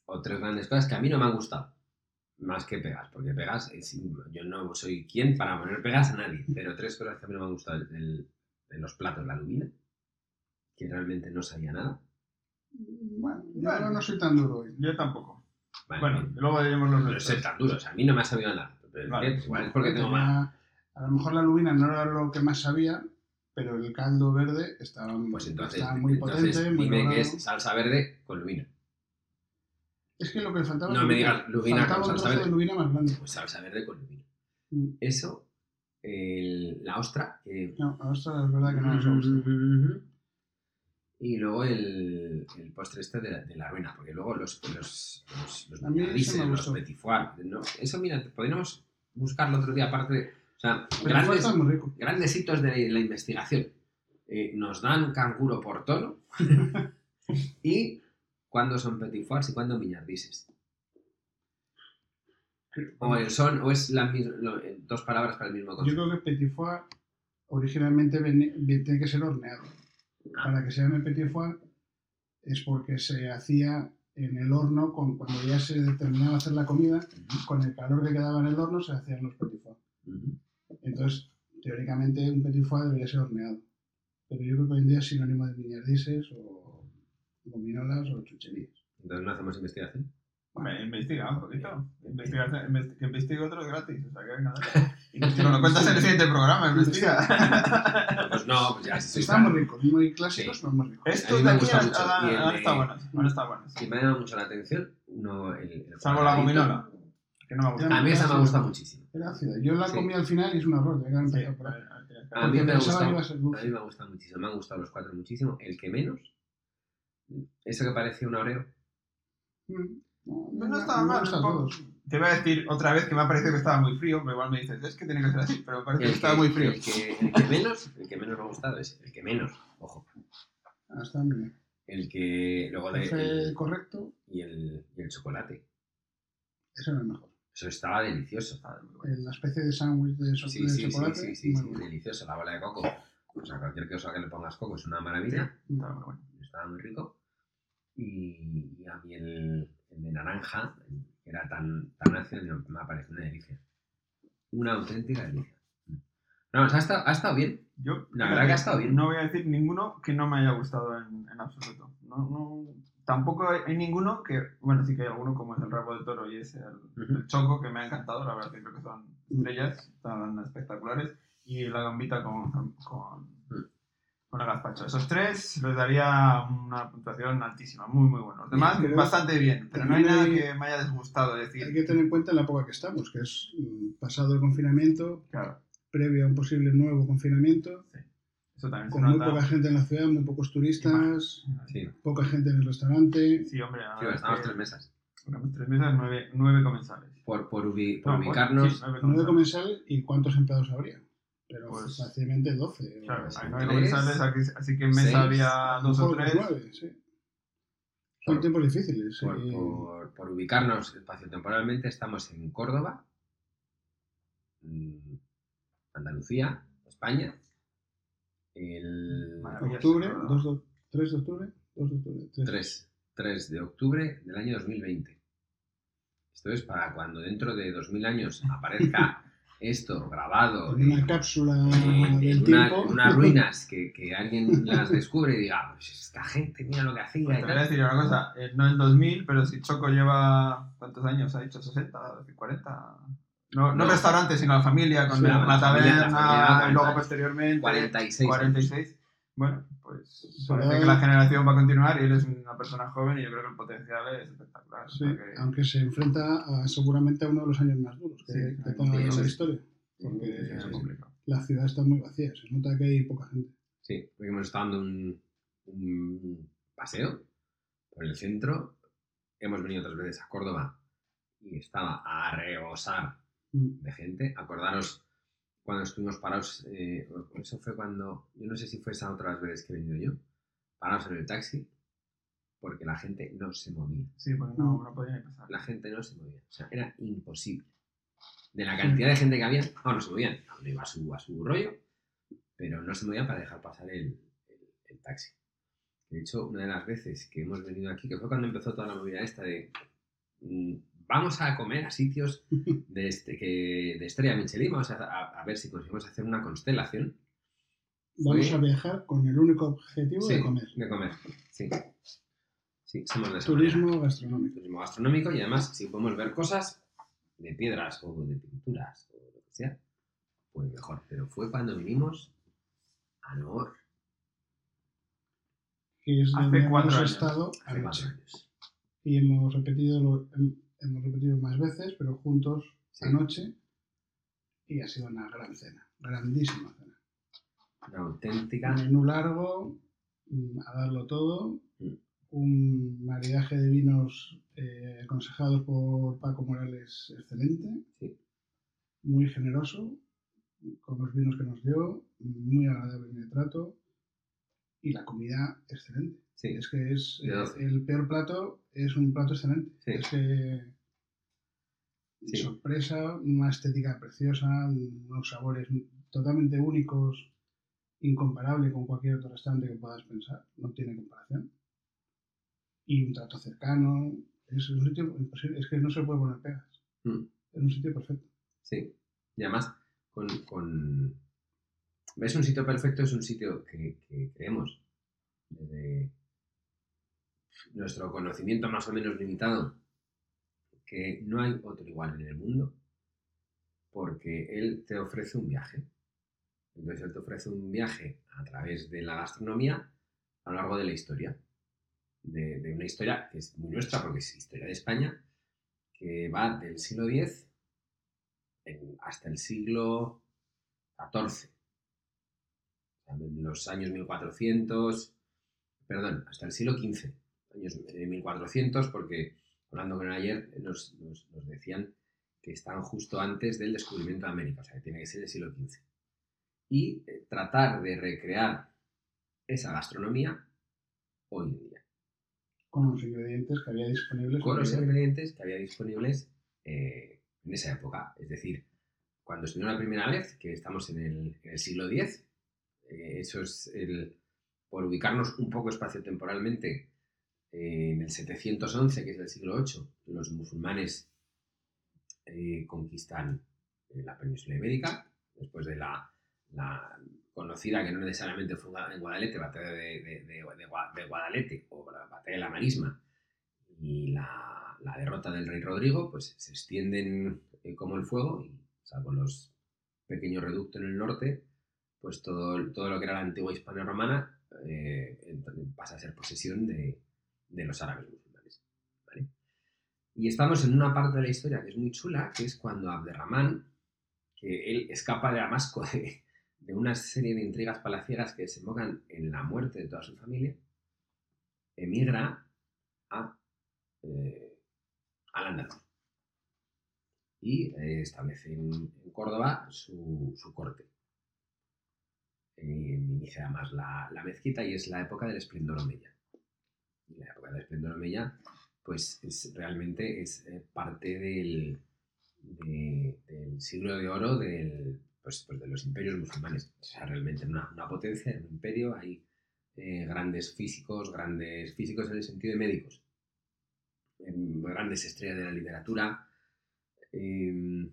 O tres grandes cosas que a mí no me han gustado. Más que pegas, porque pegas, es- yo no soy quien para poner pegas a nadie, pero tres cosas que a mí no me han gustado del- del- de los platos, la lubina, que realmente no sabía nada. Bueno, yo no soy tan duro hoy. yo tampoco. Vale, Bueno, bien. luego diremos los pero nuestros. ser tan duro, o sea, a mí no me ha sabido nada. Pero, Vale. ¿qué? Igual es porque tengo más. Tenía- A lo mejor la lubina no era lo que más sabía, pero el caldo verde estaba, Pues entonces, estaba muy entonces potente, muy dime logrado. que es es... salsa verde con lubina. que lo que le faltaba... No era me lubina. digas lubina Faltaba con un salsa trozo de verde. lubina más grande. Pues salsa verde con lubina. Mm. Eso, el- la ostra. que- No, a nosotros es verdad Ah, que no nos Mm. gusta. Y luego el, el postre este de, de la ruina, porque luego los, los, los, los A mí eso milandises, me los gustó. petit foie, ¿no? Eso, mira, podríamos buscarlo otro día aparte. O sea, Pero el grandes, está muy rico. grandes hitos de la investigación. eh, nos dan canguro por tono y cuándo son petit foirs y cuándo miñardises. O, el son, o es la, mis- lo- eh, dos palabras para el mismo Yo concepto. creo que el petit foie originalmente veni- vi- tiene que ser horneado. Ah. Para que se llame petit foie es porque se hacía en el horno con, cuando ya se terminaba de hacer la comida, con el calor que quedaba en el horno se hacían los petit foie. Ujú. Entonces, teóricamente un petit foie debería ser horneado. Pero yo creo que hoy en día es sinónimo de miñardises o gominolas o chucherías. Entonces no hacemos investigación. Hombre, investiga un poquito. Investiga, investi- que investigue otro es gratis. O sea, que venga, dale. Y si nos lo cuentas en el siguiente Ah, programa, investiga. Pues no, pues ya soy Están muy ricos, muy clásicos, Sí. pero muy ricos. A mí Estos me de aquí gusta ahora- mucho. Y el ahora de- ahora están buenos. Ahora están buenos. Y me ha llamado mucho la atención. No, el, el Salvo la cuadradito. gominola. Que no me gusta. A mí esa me gusta muchísimo. Era ácida. Yo la Sí. comí al final y es un error. Ya que han Sí, ah, empezado por ahí. a ver, tienes que- A mí Porque me ha pensaba que gustado. iba a ser dulce. A mí me ha gustado muchísimo, me han gustado los cuatro muchísimo. El que menos, ese que parecía un Oreo, Mm. No, no me- estaba me mal. gustan tampoco. todos. Te voy a decir otra vez que me ha parecido que estaba muy frío, pero igual me dices, es que tiene que ser así, pero me parece que el estaba muy frío. Ah, El que, el que menos, el que menos me ha gustado es el que menos, ojo. Ah, están bien. El que luego de, Café el- correcto, y, el, y el chocolate. eso era el mejor. Eso estaba delicioso. Estaba muy bueno. Eh, La especie de sándwich de, so- Sí, de sí, sí, sí, chocolate. sí, sí, muy sí, bueno. delicioso. La bola de coco. O sea, cualquier cosa que le pongas coco es una maravilla. Mm. Estaba muy bueno. Estaba muy rico. Y, y a mí el, el de naranja, que era tan, tan ácido, me me ha parecido una delicia. Una auténtica delicia. No, o sea, ha estado, ha estado bien. Yo, La fíjate, verdad que ha estado bien. No voy a decir ninguno que no me haya gustado en, en absoluto. No, no, tampoco hay, hay ninguno que, bueno, sí que hay alguno como es el rabo del toro y es el, el choco que me ha encantado, la verdad que creo que son estrellas, están espectaculares, y la gambita con, con, con el gazpacho. Esos tres les daría una puntuación altísima, muy muy bueno. Los demás Pero- bastante bien, pero no hay también nada hay- que me haya disgustado, es Hay decir, que tener en cuenta la época que estamos, que es mm, pasado el confinamiento, claro, previo a un posible nuevo confinamiento, eso también se con muy nota. poca gente en la ciudad, muy pocos turistas, Sí, poca gente en el restaurante. Sí, hombre, la Sí, verdad es estamos que- tres mesas. Tenemos tres mesas, nueve, nueve comensales. Por, por, ubi- por No, Ah, bueno, sí, ubicarnos. Nueve nueve comensales. comensales y cuántos empleados habría. Pero Pues- fácilmente 12. o- Claro, hay nueve Tres, comensales, aquí- así que en mesa seis, a había lo dos o mejor otros tres. nueve, sí. Son Por- tiempos difíciles. Pues, eh, por, sí. por- por ubicarnos espacio-temporalmente, estamos en Córdoba, mm, Andalucía, España, el Maravilla. Octubre, Había sido- 2 de, 3 de octubre, 2 de octubre, 3. 3, 3 de octubre del año 2020. Esto es para cuando dentro de 2000 años aparezca esto grabado En una en- cápsula en, del en una- tiempo. en unas ruinas que, que alguien las descubre y diga, "Pues esta gente, mira lo que hacía. Pues y te tal". voy a decir una cosa, eh, no en 2000, pero si Choco lleva, ¿cuántos años? ¿Ha dicho 60, 40? No, no, No. restaurantes, sino la familia, con Sí, la, la la familia, la taberna, familia, y luego 40, posteriormente 46. 46. Bueno, pues Pero- parece que la generación va a continuar y él es una persona joven y yo creo que el potencial es espectacular. o Sí, sea que- aunque se enfrenta a, seguramente a uno de los años más duros que, Sí, que sí, tenga sí. la historia. que Porque es complicado. la ciudad está muy vacía, se nota que hay poca gente. Sí, porque hemos estado dando un, un paseo por el centro. Hemos venido otras veces a Córdoba y estaba a rebosar Mm. de gente. Acordaros cuando estuvimos parados, eh, eso fue cuando, yo no sé si fue esa otras veces que he venido yo, parados en el taxi, porque la gente no se movía. Sí, porque no, no podía ni pasar. La gente no se movía. O sea, era imposible. De la cantidad de gente que había, no, no se movían. Cada uno iba a su, a su rollo, pero no se movían para dejar pasar el, el- el taxi. De hecho, una de las veces que hemos venido aquí, que fue cuando empezó toda la movida esta de mm, vamos a comer a sitios de, este, que, de estrella Michelin, vamos a, a- a ver si conseguimos hacer una constelación Vamos Sí. a viajar con el único objetivo Sí, de comer. de comer. Sí, sí somos de esa manera. Turismo gastronómico. turismo gastronómico y además si podemos ver cosas de piedras o de pinturas o lo que sea, pues mejor. Pero fue cuando vinimos a Noor Que es Hace donde cuatro hemos años. estado hace cuatro anoche. años. y hemos repetido lo- hem- hemos repetido más veces, pero juntos Sí. anoche y ha sido una gran cena, grandísima cena. Una auténtica... Menú largo, mm, a darlo todo, Mm. un maridaje de vinos eh, aconsejados por Paco Morales excelente, Sí. muy generoso con los vinos que nos dio, muy agradable en el trato, y la comida excelente. Sí, Es que es De eh, doce. el peor plato es un plato excelente. Sí. Es que Sí. sorpresa, una estética preciosa, unos sabores totalmente únicos, incomparable con cualquier otro restaurante que puedas pensar, no tiene comparación. Y un trato cercano, es un sitio imposible, es que no se puede poner pegas. Mm. Es un sitio perfecto. sí. Y además, con, con... ¿Ves? Un sitio perfecto es un sitio que, que creemos desde nuestro conocimiento más o menos limitado, que no hay otro igual en el mundo, porque él te ofrece un viaje. Entonces él te ofrece un viaje a través de la gastronomía a lo largo de la historia. De, de una historia que es muy nuestra, porque es historia de España, que va del siglo X en- hasta el siglo XIV. O sea, en los años 1400, perdón, hasta el siglo XV, años eh, 1400, porque hablando con él ayer nos, nos- nos decían que están justo antes del descubrimiento de América, o sea, que tiene que ser el siglo XV. Y eh, tratar de recrear esa gastronomía hoy en día Con los ingredientes que había disponibles. con los en el- ingredientes que había disponibles eh, en esa época. Es decir, cuando se dio la primera vez, que estamos en el, en el siglo X, eh, eso es el, por ubicarnos un poco espacio-temporalmente, eh, en el 711, que es el siglo VIII, los musulmanes eh, conquistan eh, la península ibérica, después de la, la conocida, que no necesariamente fue en Guadalete, batalla de, de- de- de Gua- de Guadalete o la batalla de la Marisma, y la, la derrota del rey Rodrigo, pues se extienden eh, como el fuego, y salvo los pequeños reductos en el norte, pues todo, todo lo que era la antigua Hispania romana eh, ent- pasa a ser posesión de, de los árabes musulmanes. ¿vale? Y estamos en una parte de la historia que es muy chula, que es cuando Abderramán, que él escapa de Damasco de, de una serie de intrigas palaciegas que desembocan en la muerte de toda su familia, emigra a eh, al andaluz. Y eh, establece en, en Córdoba su, su corte. Eh, inicia además la, la mezquita y es la época del esplendor omeya. Y la época del esplendor omeya, pues es, realmente es eh, parte del, de- del siglo de oro del, pues, pues de los imperios musulmanes. O sea, realmente una, una potencia, un imperio, hay eh, grandes físicos, grandes físicos en el sentido de médicos em, grandes estrellas de la literatura. Em,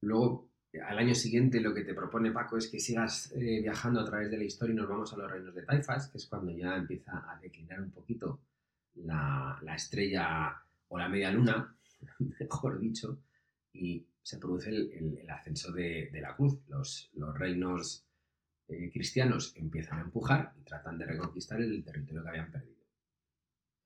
luego, al año siguiente, lo que te propone Paco es que sigas eh, viajando a través de la historia y nos vamos a los reinos de Taifas, que es cuando ya empieza a declinar un poquito la, la estrella o la media luna, mejor dicho, y se produce el, el- el ascenso de, de la cruz. Los, los reinos eh, cristianos empiezan a empujar y tratan de reconquistar el territorio que habían perdido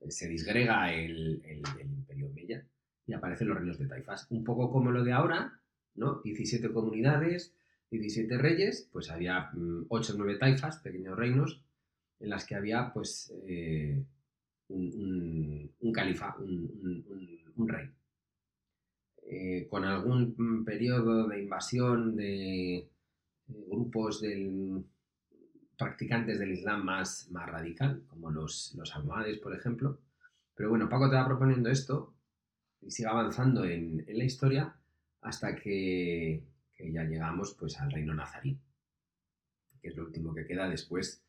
eh, se disgrega el, el- el imperio Mella y aparecen los reinos de Taifas. Un poco como lo de ahora, ¿no? 17 comunidades, 17 reyes, pues había 8 o 9 taifas, pequeños reinos, en las que había pues eh, un, un- un califa, un, un- un- un rey. Eh, con algún mm, periodo de invasión de eh, grupos del, practicantes del Islam más, más radical, como los, los almohades, por ejemplo. Pero bueno, Paco te va proponiendo esto y sigue avanzando en, en la historia hasta que, que ya llegamos pues, al reino nazarí, que es lo último que queda después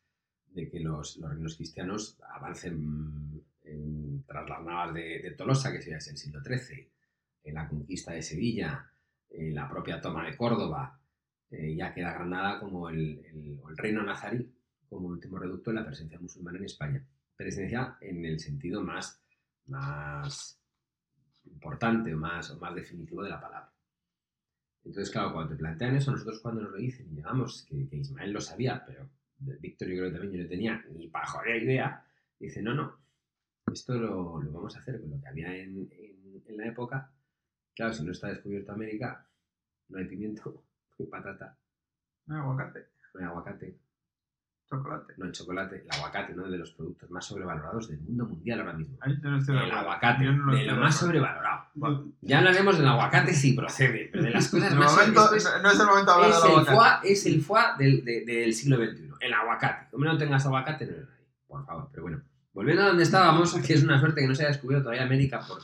de que los, los reinos cristianos avancen en- tras las navas de, de Tolosa, que sería el siglo XIII, en la conquista de Sevilla, en la propia toma de Córdoba, eh, ya queda Granada como el, el- o el reino nazarí, como último reducto de la presencia musulmana en España. Presencia en el sentido más, más importante o más, o más definitivo de la palabra. Entonces, claro, cuando te plantean eso, nosotros cuando nos lo dicen, y digamos que, que Ismael lo sabía, pero Víctor yo creo que también yo no tenía ni para joder idea, dice, no, no, esto lo, lo vamos a hacer con lo que había en, en- en la época. Claro, si no está descubierto América, no hay pimiento, no hay patata, No, aguacate, no hay aguacate, chocolate. no hay chocolate. El aguacate, uno de los productos más sobrevalorados del mundo mundial ahora mismo. Ahí yo no estoy de El acuerdo. aguacate, Yo no de estoy lo de más acuerdo. sobrevalorado. Bueno, Ya hablaremos del aguacate si procede, pero de las cosas de más momento, esto es- no es el momento de hablar es del el aguacate. foie, es el foie del, de- del siglo XXI. el aguacate. Como no tengas aguacate, no eres nadie, por favor. Pero bueno, volviendo a donde estábamos, que es una suerte que no se haya descubierto todavía América por,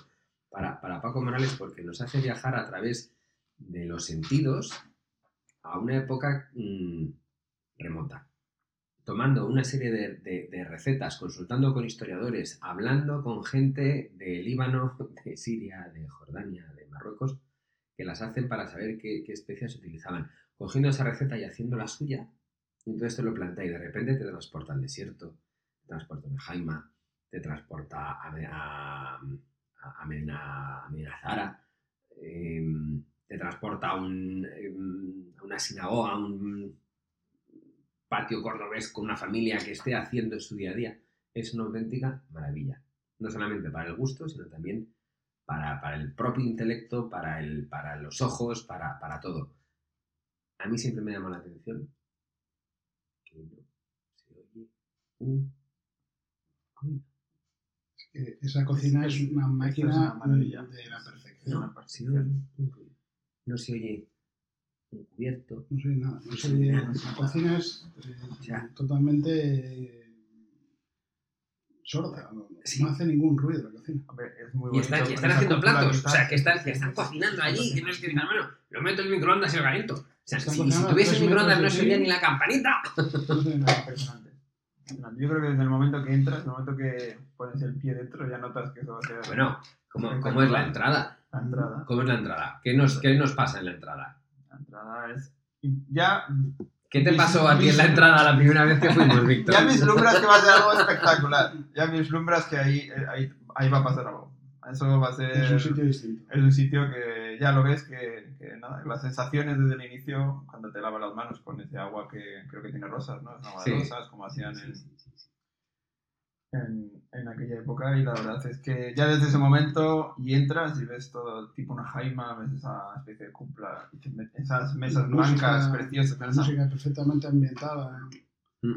para, para Paco Morales, porque nos hace viajar a través de los sentidos a una época mm, remota, tomando una serie de, de- de recetas, consultando con historiadores, hablando con gente de Líbano, de Siria, de Jordania, de Marruecos, que las hacen para saber qué, qué especias utilizaban, cogiendo esa receta y haciendo la suya. Y entonces te lo plantea y de repente te transporta al desierto, te transporta a Jaima, te transporta a, Me- a, a, a Medina- a Medina Zahara, em, te transporta a, un, em, a una sinagoga, a un patio cordobés con una familia que esté haciendo su día a día. Es una auténtica maravilla. No solamente para el gusto, sino también para, para el propio intelecto, para, el, para los ojos, para, para todo. A mí siempre me llama la atención que no se oye un ruido. Eh, Esa cocina es, Es- una máquina es una maravilla. de la perfección. una No, se oye un ruido. No se oye un cubierto. No sé nada. No sé, la cocina es eh, Ya. totalmente eh, sorda. No, no Sí. hace ningún ruido la cocina. Hombre, es muy Y bonito. están, y con están esa haciendo cultura platos, o está- sea, que están, que están cocinando allí, que no es que digan, bueno, lo meto en el microondas y lo caliento. O sea, Están si, si cocinando a tuviese tres microondas no metros se de oía ti. ni la campanita. No sé nada. Impresionante. Impresionante. Yo creo que desde el momento que entras, el momento que pones el pie dentro, ya notas que eso va a ser Bueno, ¿cómo, cómo es la entrada? la entrada. ¿Cómo es la entrada? ¿Qué nos, qué nos pasa en la entrada? La entrada es. Ya, ¿Qué te pasó a ti en la entrada la primera vez que fuimos, Víctor? ya vislumbras que va a ser algo espectacular. Ya vislumbras que ahí, eh, ahí, ahí va a pasar algo. Eso va a Eh, ser. Es un sitio distinto. es un sitio que ya lo ves que, que nada, las sensaciones desde el inicio, cuando te lavas las manos con ese agua que creo que tiene rosas, ¿no? Es agua Sí. de rosas, como hacían en, en, en aquella época. Y la verdad es que ya desde ese momento y entras y ves todo, tipo una jaima, ves esa especie de cúpula, y te met- esas mesas Música- blancas preciosas. La esas- música perfectamente eh, ambientada.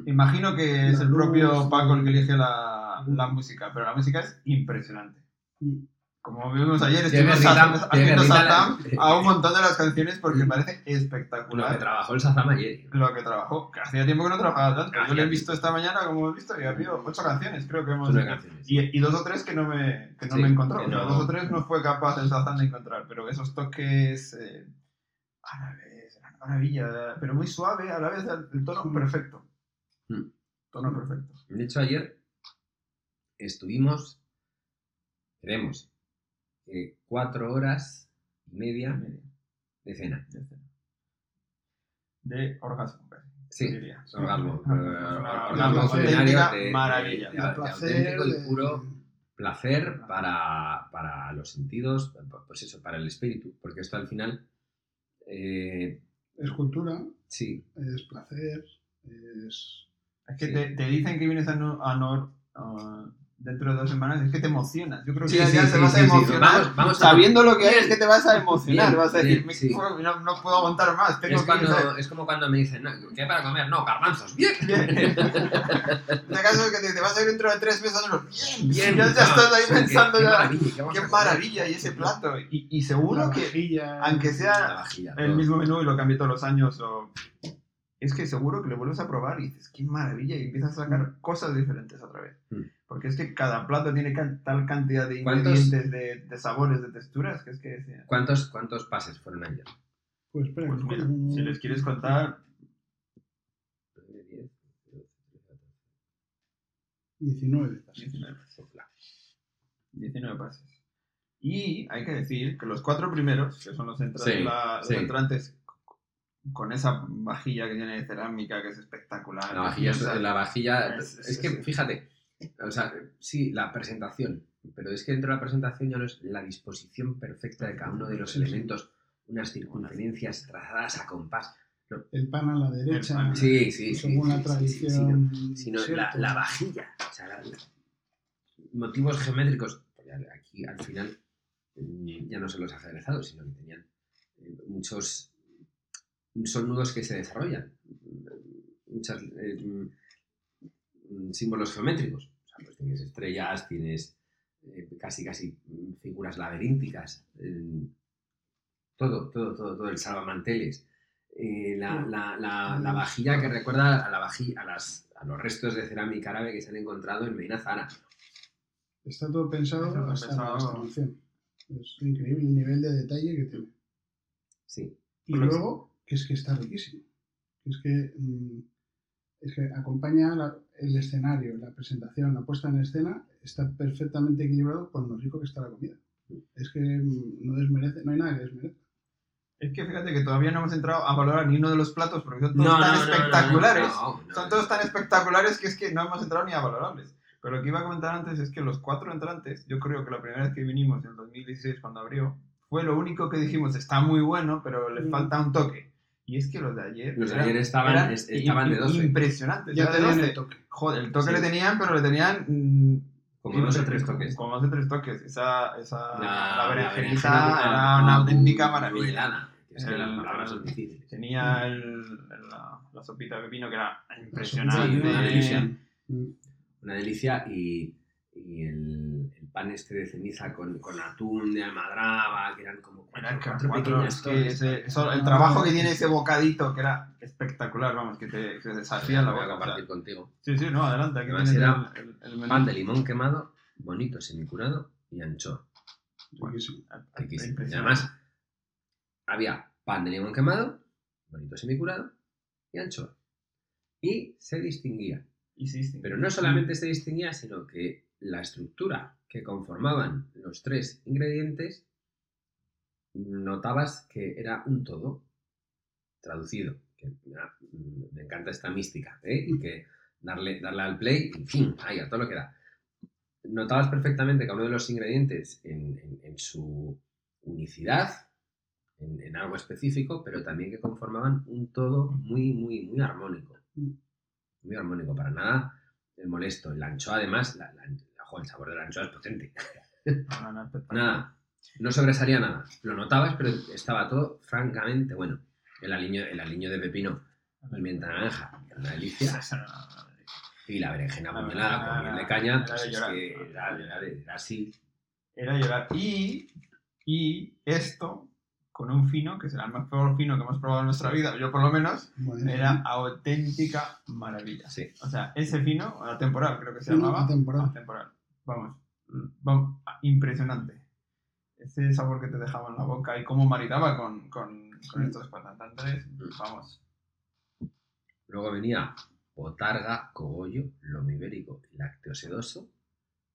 Imagino que es La el luz, propio Paco el que elige la, la música, pero la música es impresionante. Mm. Como vimos ayer, Tiene estuvimos rhythm, saltando- tiene haciendo rhythm. saltam a un montón de las canciones porque Mm. parece Lo que espectacular trabajó el Sazam ayer. lo que trabajó. Que hacía tiempo que no trabajaba tanto. Yo Hacía lo he tiempo. visto esta mañana, como he visto, y ha habido ocho canciones, creo que hemos Son las canciones. y, y dos o tres que no me, que no Sí, me encontró. que O sea, no- Dos o tres no fue capaz el Sazán de encontrar, pero esos toques eh, árabes, era una maravilla, pero muy suave, a la vez el, el tono perfecto. Mm. Tono perfecto. De hecho, ayer estuvimos, creemos, eh, cuatro horas y media de cena. De orgasmo, casi, Sí. diría. Orgasmo. Ah, eh, una- orgasmo una culinario auténtica de- de- maravilla. de- El de placer eh, auténtico y de- puro placer para, para los sentidos, pues eso, para el espíritu, porque esto al final, eh, es cultura, sí, es placer, es... Es que Sí. te, te dicen que vienes a, no, a Nor ah, dentro de dos semanas, es que te emocionas. Yo creo que Sí, ya, sí, ya sí, te vas sí, a sí. emocionar. Vamos- vamos a- sabiendo lo que es, que te vas a emocionar. Bien, vas a bien, decir, "Me- sí. joder, no, no puedo aguantar más. Tengo es, que cuando- ir, ¿sabes? es como cuando me dicen, "No, ¿qué hay para comer? No, garbanzos, bien, Bien. En el caso de que te, te vas a ir dentro de tres meses, no, bien, bien. Ya, ya estás ahí Sí, qué- pensando, qué ya, maravilla, vamos qué a comer? maravilla y ese plato. Y, y la seguro que, vajilla, aunque La sea vajilla, el todo. mismo menú y lo cambie todos los años, o... es que seguro que lo vuelves a probar y dices, qué maravilla, y empiezas a sacar cosas diferentes otra vez. Mm. Porque es que cada plato tiene ca- tal cantidad de ¿Cuántos- ingredientes, de, de sabores, de texturas, que es que... es- ¿Cuántos, ¿Cuántos pases fueron ayer? Pues espera, Pues mira, mm, si les quieres contar, 19. 19. 19 pases. Y hay que decir que los cuatro primeros, que son los, entran- Sí, la- los sí. entrantes con esa vajilla que tiene de cerámica, que es espectacular. La vajilla, es, preciosa, la vajilla, Es- es, es- que, es- fíjate, o sea, sí, la presentación, pero es que dentro de la presentación ya no es la disposición perfecta de cada uno de los Sí, sí. elementos, unas circunferencias trazadas a compás. El pan a la derecha, El pan. Sí, sí, sí. según sí, la sí, sí, sí, tradición. sino- sino la, celta. la vajilla, o sea, la- la- motivos geométricos. porque al- Aquí al final mm, ya no son los ajedrezados, sino que tenían eh, muchos. Son nudos que se desarrollan, mm, muchas eh, mm, mm, símbolos geométricos. O sea, pues tienes estrellas, tienes eh, casi casi mm, figuras laberínticas, eh, todo, todo, todo, todo, el salvamanteles, eh, la, la, la, la vajilla que recuerda a, la vaji- a, las, a los restos de cerámica árabe que se han encontrado en Medina Zara. Está todo pensado Está todo hasta pensado. la restauración. Es increíble el nivel de detalle que tiene. Sí. Y Pero luego, que es que está riquísimo. Es que, mm, es que acompaña la- el escenario, la presentación, la puesta en escena, está perfectamente equilibrado con lo rico que está la comida. Es que mm, no desmerece, no hay nada que desmerezca. Es que fíjate que todavía no hemos entrado a valorar ni uno de los platos porque son todos tan espectaculares. no, no, no. Son todos tan espectaculares que es que no hemos entrado ni a valorarles. Pero lo que iba a comentar antes es que los cuatro entrantes, yo creo que la primera vez que vinimos en el 2016 cuando abrió, fue lo único que dijimos, está muy bueno, pero le Mm. falta un toque. Y es que los de ayer... Los de eran- ayer estaban, eran es- estaban de im- 12. Impresionantes. Ya eran de te dan 12. el toque. Joder, el toque Sí. le tenían, pero le tenían... mm, Como dos o tres toques. Como dos o tres toques. Esa, esa, la, berenjenita berenjena era una auténtica bu- maravilla. buelada. Es que El- las palabras son difíciles. Tenía el- la, la sopita de pepino que era Sí, una delicia. impresionante. Mm. Una delicia y, y el, el pan este de ceniza con, con atún de almadraba, que eran como cuatro, Eran cuatro cuatro, pequeñas es que torres. ese- eso- el trabajo que tiene ese bocadito que era espectacular, vamos, que te, que te desafía la Lo voy a boca. o compartir sea. contigo. Sí, sí, no, adelante, aquí Además tienes era el, el- el menú. Pan de limón quemado, bonito, semicurado y anchoa. Riquísimo. Riquísimo. Y Ah, Impresionante. además, había pan de limón quemado, bonito semicurado y anchoa. Y se distinguía Y sí, sí. Pero no solamente se distinguía, sino que la estructura que conformaban los tres ingredientes, notabas que era un todo traducido. Que me ha- me encanta esta mística, ¿eh? Y que darle, darle al play y fin, ahí, a todo lo que da. Notabas perfectamente cada uno de los ingredientes en, en- en su unicidad, en, en algo específico, pero también que conformaban un todo muy, muy, muy armónico. Muy armónico, para nada el molesto. El anchoa, además, la, la- la- jo, el sabor de la anchoa es potente. No, no, no, espectacular. Nada, no sobresalía nada. Lo notabas, pero estaba todo francamente bueno. El aliño, el aliño de pepino, pimienta naranja, una delicia. Eso no, no, no. Y la berenjena La puñalada berenjena con miel de era- caña, era pues de es llorar. que era, era de- era así. Era llorar. Y, y esto con un fino, que será el mejor fino que hemos probado en nuestra vida, yo por lo menos, Bueno, era auténtica maravilla. Sí. O sea, ese fino, temporal creo que se Fino llamaba. atemporal. Atemporal. Vamos, Mm, vamos, Ah, impresionante. Ese sabor que te dejaba en la boca y cómo maridaba con, con, con Sí. estos patatantes, vamos. Luego venía botarga, cogollo, lomo ibérico, lácteo sedoso.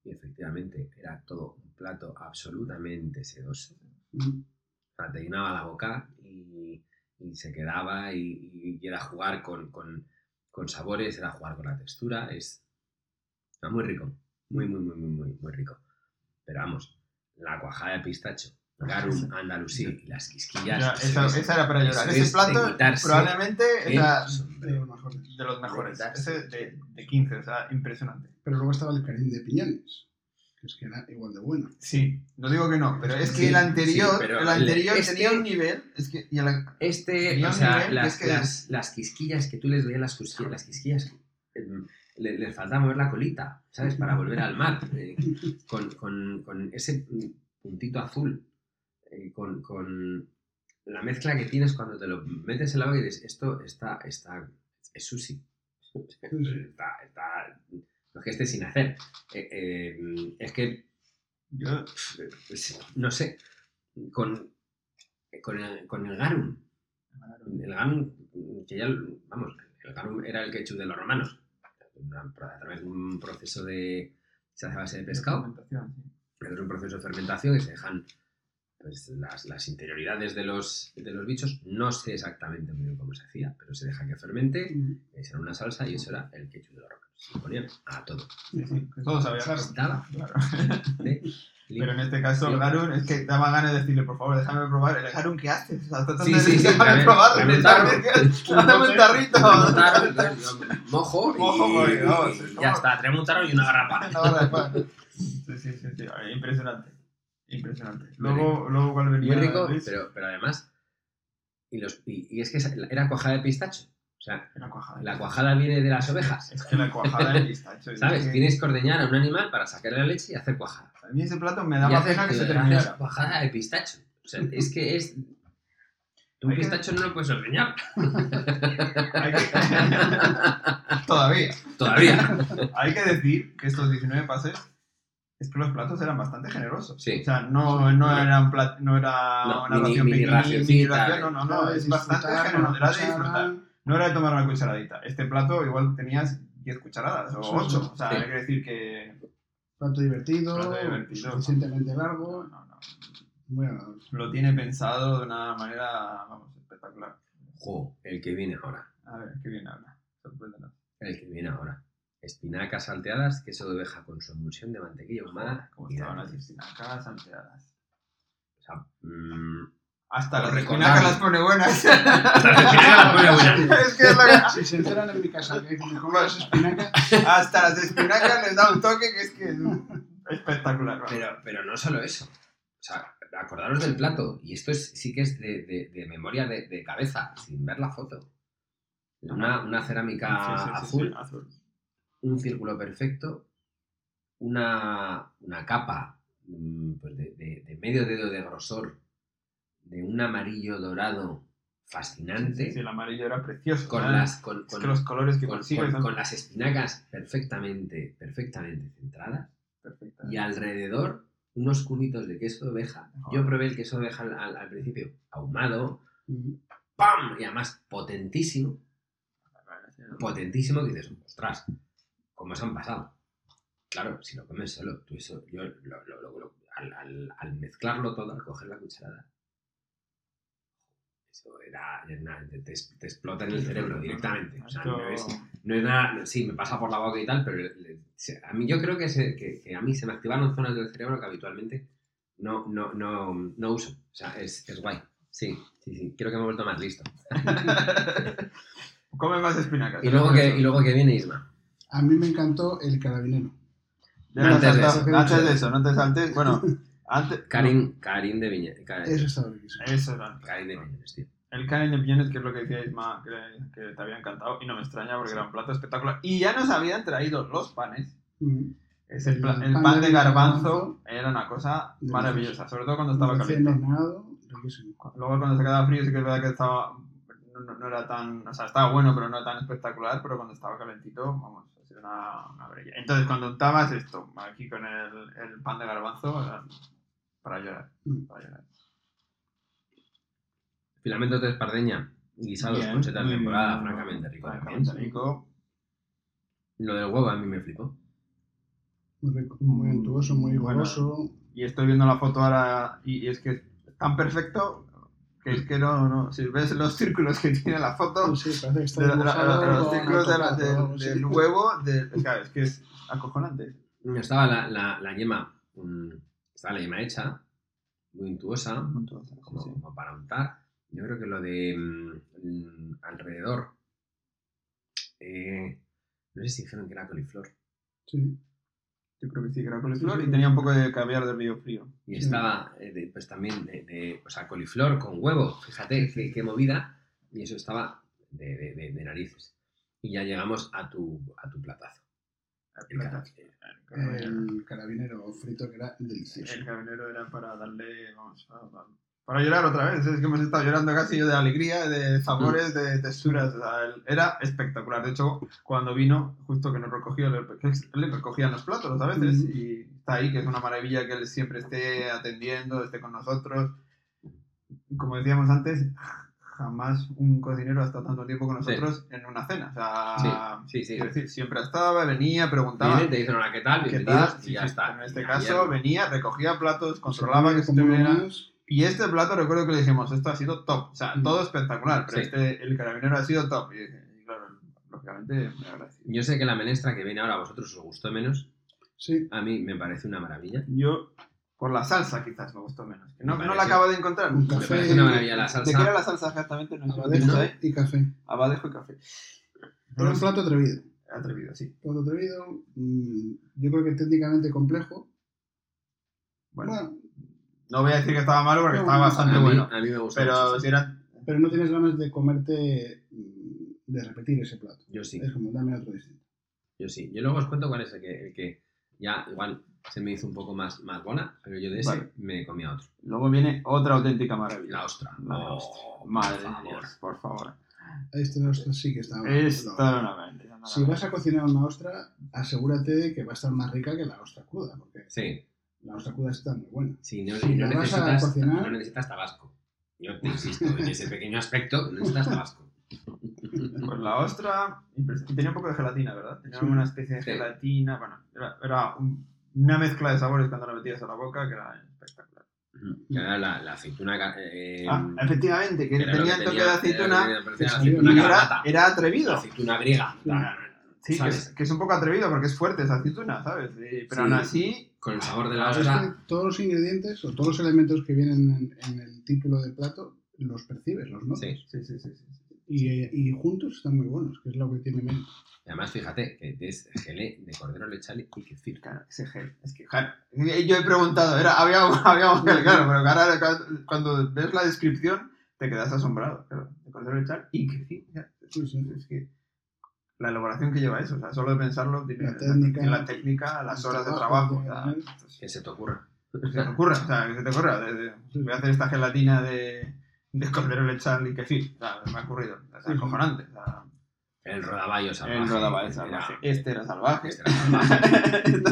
Y efectivamente era todo un plato absolutamente sedoso. mm, O sea, te llenaba la boca y, y se quedaba y, y- y era jugar con, con- con sabores, era jugar con la textura, es está muy rico, muy, muy, muy, muy, muy, muy rico. Pero vamos, la cuajada de pistacho, garum andalusí y las quisquillas, Ya, esa, eso es- esa era para eso llorar. Ese es de plato quitarse probablemente el era de sombrero. los mejores. de los mejores. de Ese de, de 15, o sea, impresionante. Pero luego estaba el carín de piñones, que es que era igual de bueno. Sí, no digo que no, pero es que Sí, el sí, anterior, pero el anterior este- tenía un nivel, es que, y el, Este, Pues Tenía o un sea, nivel las, que es que- las- las quisquillas que tú les veías, las, cusqui- las quisquillas, em, le, les faltaba mover la colita, ¿sabes? Para volver al mar, eh, con, con- con ese mm, puntito azul, eh, con, con la mezcla que tienes cuando te lo metes en la boca y dices, esto está, está, es sushi. Está, está, no es que esté sin hacer. Eh, eh, mm, es que yo, pues, no sé, con, con, el, con el garum. El garum, que ya, vamos, el garum era el ketchup de los romanos. Una- a través de un proceso de, se hace a base de pescado, documentación, sí. a través de un proceso de fermentación y se dejan pues, las, las interioridades de los, de los bichos. No sé exactamente muy bien cómo se hacía, pero se deja que fermente, Mm, le echan una salsa y eso era el ketchup de los romanos. Y ponían a todo. Sí, sí, que todo sabía caro. Estaba. Claro. ¿eh? Pero en este caso, Sí. el Garun, es que daba ganas de decirle, por favor, déjame probar. El Garun, ¿qué haces? O sea, trata Sí, de- sí, sí, déjame dame- probarlo. dame el Dame tarro. dame un tarrito. Tenemos tarro, entonces, mojo, Mojo, y, porque, vamos, y es ya como- está, tenemos un tarro y una garrapa. Ahora, pa. Sí, sí, sí, sí. Ay, Impresionante. Impresionante. Muy Luego, luego ¿cuál venía? Muy rico, Luis? pero, pero además, y, los, y, y es que esa- era cuajada de pistacho. O sea, La cuajada. la cuajada viene de las ovejas, Es que la cuajada de pistacho. es ¿sabes? que- Tienes que ordeñar a un animal para sacar la leche y hacer cuajada. A mí ese plato me Y daba haces pena que se haces terminara. cuajada de pistacho. O sea, es que es Tú que Hay que- está hecho no lo puedes ordeñar. Hay que- Todavía. Todavía. Hay que decir que estos 19 pases es que los platos eran bastante generosos. Sí. O sea, no, no, eran plat- no era No, una mini- ración mini pequeña, racioncita, mini ración, no, eh. no, no, es Disfrutar bastante con la generoso, era de cuchara. disfrutar. No era de tomar una cucharadita. Este plato igual tenías 10 cucharadas o Sí, 8. sí. O sea, Sí. hay que decir que... Plato divertido, Plato divertido. suficientemente No, largo, no, no. muy agradable. Lo tiene pensado de una manera, vamos, espectacular. Jo, el que viene ahora. A ver, qué bien habla. Sorpréndenos. El que viene ahora. Espinacas salteadas, queso de oveja con su emulsión de mantequilla ahumada. Como y estaban las dátiles. espinacas salteadas. O sea, mm, Hasta Por las recordar. espinacas las pone buenas. las espinacas las pone buenas. es que es la... Si se enteran en mi casa que me como las espinacas, Hasta las espinacas les da un toque que es que es espectacular. vamos. Pero, pero no solo eso. O sea, acordaros del plato. Y esto es, sí que es de, de- de memoria de, de cabeza, sin ver la foto. Una, una cerámica Sí, sí, sí, azul, sí, azul. un círculo perfecto, una, una capa mm, pues de, de- de medio dedo de grosor, de un amarillo dorado fascinante, Sí, sí, el amarillo era precioso. con, ¿verdad? las, con, Ah, Es con- que los colores que con- consigue con- son con las espinacas perfectamente, perfectamente centradas perfectas. y alrededor unos cubitos de queso de oveja. Yo probé el queso de oveja al, al- al principio, ahumado, mm, ¡pam! Y además potentísimo, potentísimo, que dices, ostras, ¿cómo se han pasado? Claro, si lo comes solo, tú eso, yo lo- lo- lo- lo- al, al- al mezclarlo todo, al coger la cucharada, eso era, era una- te, te explota en el cerebro directamente. O sea, Esto- no es- no es nada, sí, me pasa por la boca y tal, pero le- se- a mí yo creo que, se- que, que a mí se me activaron zonas del cerebro que habitualmente no, no, no, no uso. O sea, es, es guay. Sí, sí, sí. Creo que me he vuelto más listo. Come más espinacas. Y luego que, y luego que viene Isma. a mí me encantó el carabinero. Ya te has Antes de saltado- eso. antes de eso, no te saltes. Bueno, antes. Karin, Karin de Viñones. Eso Karin, está buenísimo. Eso era. Karin de Viñones, tío. El Karen de Piñones, que es lo que decía Isma, que, que te había encantado. Y no me extraña porque era un plato espectacular. Y ya nos habían traído los panes. Mm. Es el, pla- El el pan pan de de garbanzo era una cosa Delicioso. maravillosa, sobre todo cuando estaba Recién caliente. horneado, riquísimo. Luego cuando se quedaba frío sí que es verdad que estaba no, no- no era tan, o sea, estaba bueno pero no era tan espectacular, pero cuando estaba calentito, vamos, ha sido una, una brella. Entonces cuando untabas esto, aquí con el, el pan de garbanzo, era para llorar, Mm. para llorar. Filamento de espardeña. Guisados Bien, con setas de muy temporada, bien, francamente rico. francamente también. rico. Lo del huevo a mí me flipó. Muy rico, muy untuoso, muy Mm. Bueno. jugoso. Y estoy viendo la foto ahora y, y es que es tan perfecto que es que no, no, si ves los círculos que tiene la foto, Sí, parece que está De la- la- la- dibujado la- los con círculos de la- autocad o algo del- así. del huevo, de, o sea, es que es acojonante. Estaba la, la, la yema. mm, Estaba la yema hecha, muy untuosa. como, Sí, sí. como para untar. Yo creo que lo de mm, mm, alrededor. eh, no sé si dijeron que era coliflor. Sí. Yo creo que sí, que era Sí, coliflor sí. y tenía un poco de caviar de río frío. Y Sí. estaba eh, de- pues también de, de- o sea, coliflor con huevo. Fíjate qué, qué movida. Y eso estaba de, de- de- de narices. Y ya llegamos a tu, a tu platazo. El eh, Plata. El, El carabinero frito que era delicioso. el cabinero era para darle, vamos, a- a- para llorar otra vez. ¿eh? Es que hemos estado llorando casi yo de alegría, de sabores, de texturas. o sea, el- era espectacular. De hecho, cuando vino, justo que nos recogió, le, que le recogían los platos a veces. Mm. Y está ahí, que es una maravilla que él siempre esté atendiendo, esté con nosotros. Como decíamos antes, jamás un cocinero ha estado tanto tiempo con Sí. nosotros en una cena. O sea, Sí, sí. quiero decir, siempre estaba, venía, preguntaba. Viene, te dicen hola, ¿qué tal? ¿Qué Bienvenidos. tal? Y Ah, ya está. En este Y caso ya- venía, recogía platos, Controlaba controlaba que este como estuvieran. más, Y este plato recuerdo que le dijimos, esto ha sido top. O sea, Mm. todo espectacular, pero Sí. este, el carabinero ha sido top. Y, dije, y claro, lógicamente me agradecido. Yo sé que la menestra que viene ahora a vosotros os gustó menos. Sí, A mí me parece una maravilla. Yo, por la salsa quizás me gustó menos. que No, Me no la parece- acabo de encontrar. Un Me café. parece una maravilla la ¿De qué era salsa. la salsa exactamente? No sé, abadejo ¿eh? y café. Abadejo y café. Era un plato atrevido. Atrevido, sí. Plato atrevido, mm, yo creo que técnicamente complejo. Bueno, Bueno, no voy a decir que estaba malo porque No, estaba no, A bastante mí, bueno. a mí me gustó. mucho. Pero si eran... pero no tienes ganas de comerte, mm, de repetir ese plato. Yo sí. Es como, dame otro distinto. Yo sí. Yo luego os cuento cuál es el que, el que ya igual se me hizo un poco más, más buena, pero yo de ese Vale. me comía otro. Luego viene otra auténtica maravilla. La ostra. La Oh, ostra. Madre por mía, favor. por favor. Este ostra sí que está bueno. Esta era una mentira. una Si vas a cocinar una ostra, asegúrate de que va a estar más rica que la ostra cruda, porque Sí, la ostra cruda está muy buena. sí, no, Si no la vas a necesitas, cocinar- no necesitas tabasco. Yo te insisto, en ese pequeño aspecto, no necesitas tabasco. Pues la ostra impresionante. tenía un poco de gelatina, ¿verdad? Tenía Sí. una especie de Sí. gelatina, bueno, era, era un- una mezcla de sabores cuando la metías a la boca que era espectacular. Que era la, la aceituna. ca- eh, Ah, efectivamente, que era lo tenía el toque de aceituna Era, lo que tenía, parecía que la salió aceituna y era, calamata, era la atrevido. aceituna briega. Sí, que ¿sabes? es, que es un poco atrevido porque es fuerte esa aceituna, ¿sabes? Y- pero Sí. aún así, Con el sabor de la Ah, Es que ostra. todos los ingredientes o todos los elementos que vienen en, en el título del plato los percibes, los notas. Sí. sí, sí, sí. sí, sí. Y, eh, y juntos están muy buenos, que es lo que tiene menos. Y además, fíjate, que es gelé de cordero lechal y kefir. Claro, ese gel. Es que, claro, yo he preguntado, era, había, un- había un gel, claro, pero ahora cuando- cuando ves la descripción te quedas asombrado. Claro, de cordero echar y que sí, ya, Sí, sí. Es que la elaboración que lleva eso, o sea, solo de pensarlo, tiene- La técnica. la técnica, las horas de trabajo, o sea, pues, Que se te ocurra. se te ocurra, o sea, que se te ocurra, de- de, voy a hacer esta gelatina de, de cordero lechal y que sí, o sea, me ha ocurrido, o sea, Sí. acojonante, o sea, El rodaballo salvaje. el rodaba de Era- salvaje, este era salvaje, Este era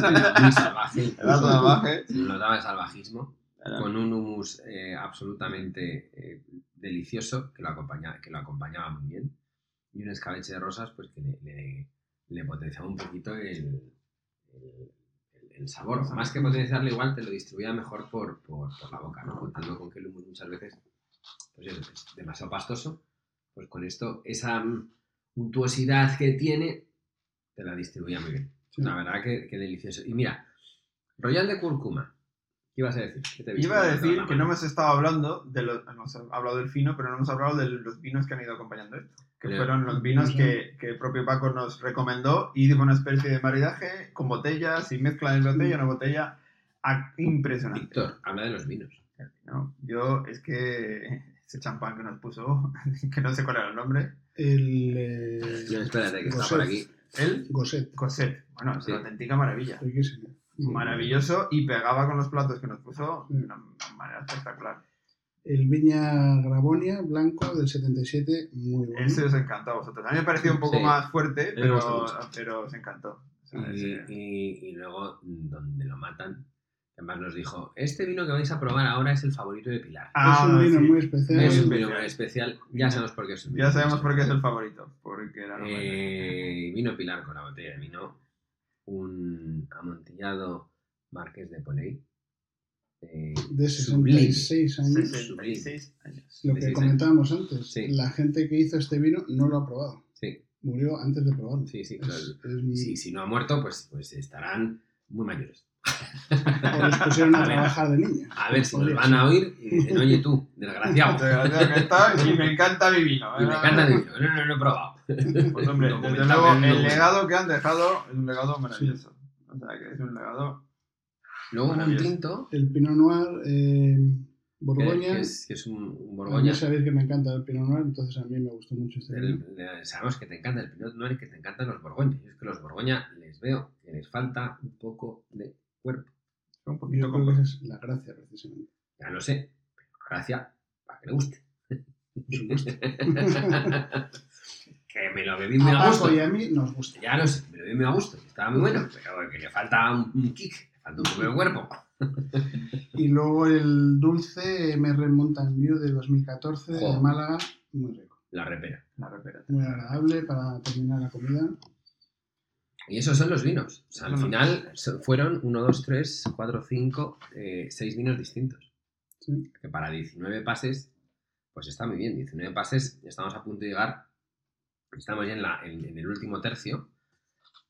salvaje. Este Era muy salvaje. era salvaje, Se notaba el salvajismo. Era- Con un humus eh, absolutamente eh, delicioso que lo, acompaña, que lo acompañaba muy bien. Y un escabeche de rosas pues que le, le- le potenciaba un poquito el, el- el sabor. Más que potenciarlo igual, te lo distribuía mejor por, por, por la boca, ¿no? Contando con que el humus muchas veces pues eso, es demasiado pastoso. Pues con esto, esa mm, untuosidad que tiene, te la distribuía muy bien. Sí. La verdad que, que delicioso. Y mira, Royal de Cúrcuma. ¿Qué ibas a decir? ¿Qué te he visto Iba a levantando decir la que no mano? hemos estado hablando de los, hemos hablado del fino, pero no hemos hablado de los vinos que han ido acompañando esto, que Bien. fueron los vinos Ujú. que, que el propio Paco nos recomendó y de una especie de maridaje con botellas y mezcla de botella, una botella ah, impresionante. Víctor, habla de los vinos. ¿no? Yo es que ese champán que nos puso, que no sé cuál era el nombre, El. eh, No, espérate, que está Gosset. por aquí. el Gosset. Cosette. Bueno, es Sí. una auténtica maravilla. Riquísimo. Maravilloso y pegaba con los platos que nos puso de una manera espectacular. El Viña Gravonia blanco del 77, muy bueno. Ese os encantó a vosotros. A mí me pareció un poco Sí. más fuerte, me gustó pero, mucho. pero os encantó. O sea, Y, ese- y- y luego, mm, donde lo matan, además nos dijo, este vino que vais a probar ahora es el favorito de Pilar. Ah, es un vino sí. muy especial. es un sí. vino especial, ya sabemos por qué es un vino Ya sabemos por qué es especial. el favorito. Porque era Eh, vino Pilar con la botella de vino, un amontillado Marqués de Poley. eh, de sublime. 66 años. 66 años. Lo que 66. comentábamos antes, Sí. la gente que hizo este vino no lo ha probado. Sí. Murió antes de probarlo. Sí, sí, Es- claro. Mm. es- si, si no ha muerto, pues, pues estarán muy mayores. o los pusieron a A ver. trabajar de niños. A ver si nos Podría van a oír y dicen, oye tú, Ah, desgraciado. Desgraciado que está, Y me encanta mi vino. Y me ¿verdad? encanta el vino. No, no, no he probado. Pues hombre, desde Documental, luego, no me el gusta. legado que han dejado es un legado maravilloso. O sea, que es un legado. Luego un Maravilloso. tinto, El Pinot Noir, eh, que, Borgoña. que es, que es un, un Ya Borgoña. sabéis que me encanta el Pinot Noir, entonces a mí me gustó mucho este vino. El- le- sabemos que te encanta el Pinot Noir y que te encantan los Borgoña. Yo es que los Borgoña les veo que les falta un poco de cuerpo. Un poquito Yo creo que como. esa es la gracia, precisamente. Ya lo sé, pero gracias para que le guste. Por supuesto. que me lo bebí muy a a gusto. Paco y a mí nos gusta. Ya lo sé, me lo bebí muy a gusto. Estaba muy bueno, pero que le falta un, un kick, le falta un poco de cuerpo. Y luego el dulce MR Mountain View de 2014 de Joder. Málaga, muy rico. La repera. La repera. Muy agradable para terminar la comida. Y esos son los vinos. O sea, al Son los final so- fueron 1, 2, 3, 4, 5, 6 eh, vinos distintos. Sí. Que para 19 pases, pues está muy bien. 19 pases, estamos a punto de llegar. Estamos ya en, la- en- en el último tercio.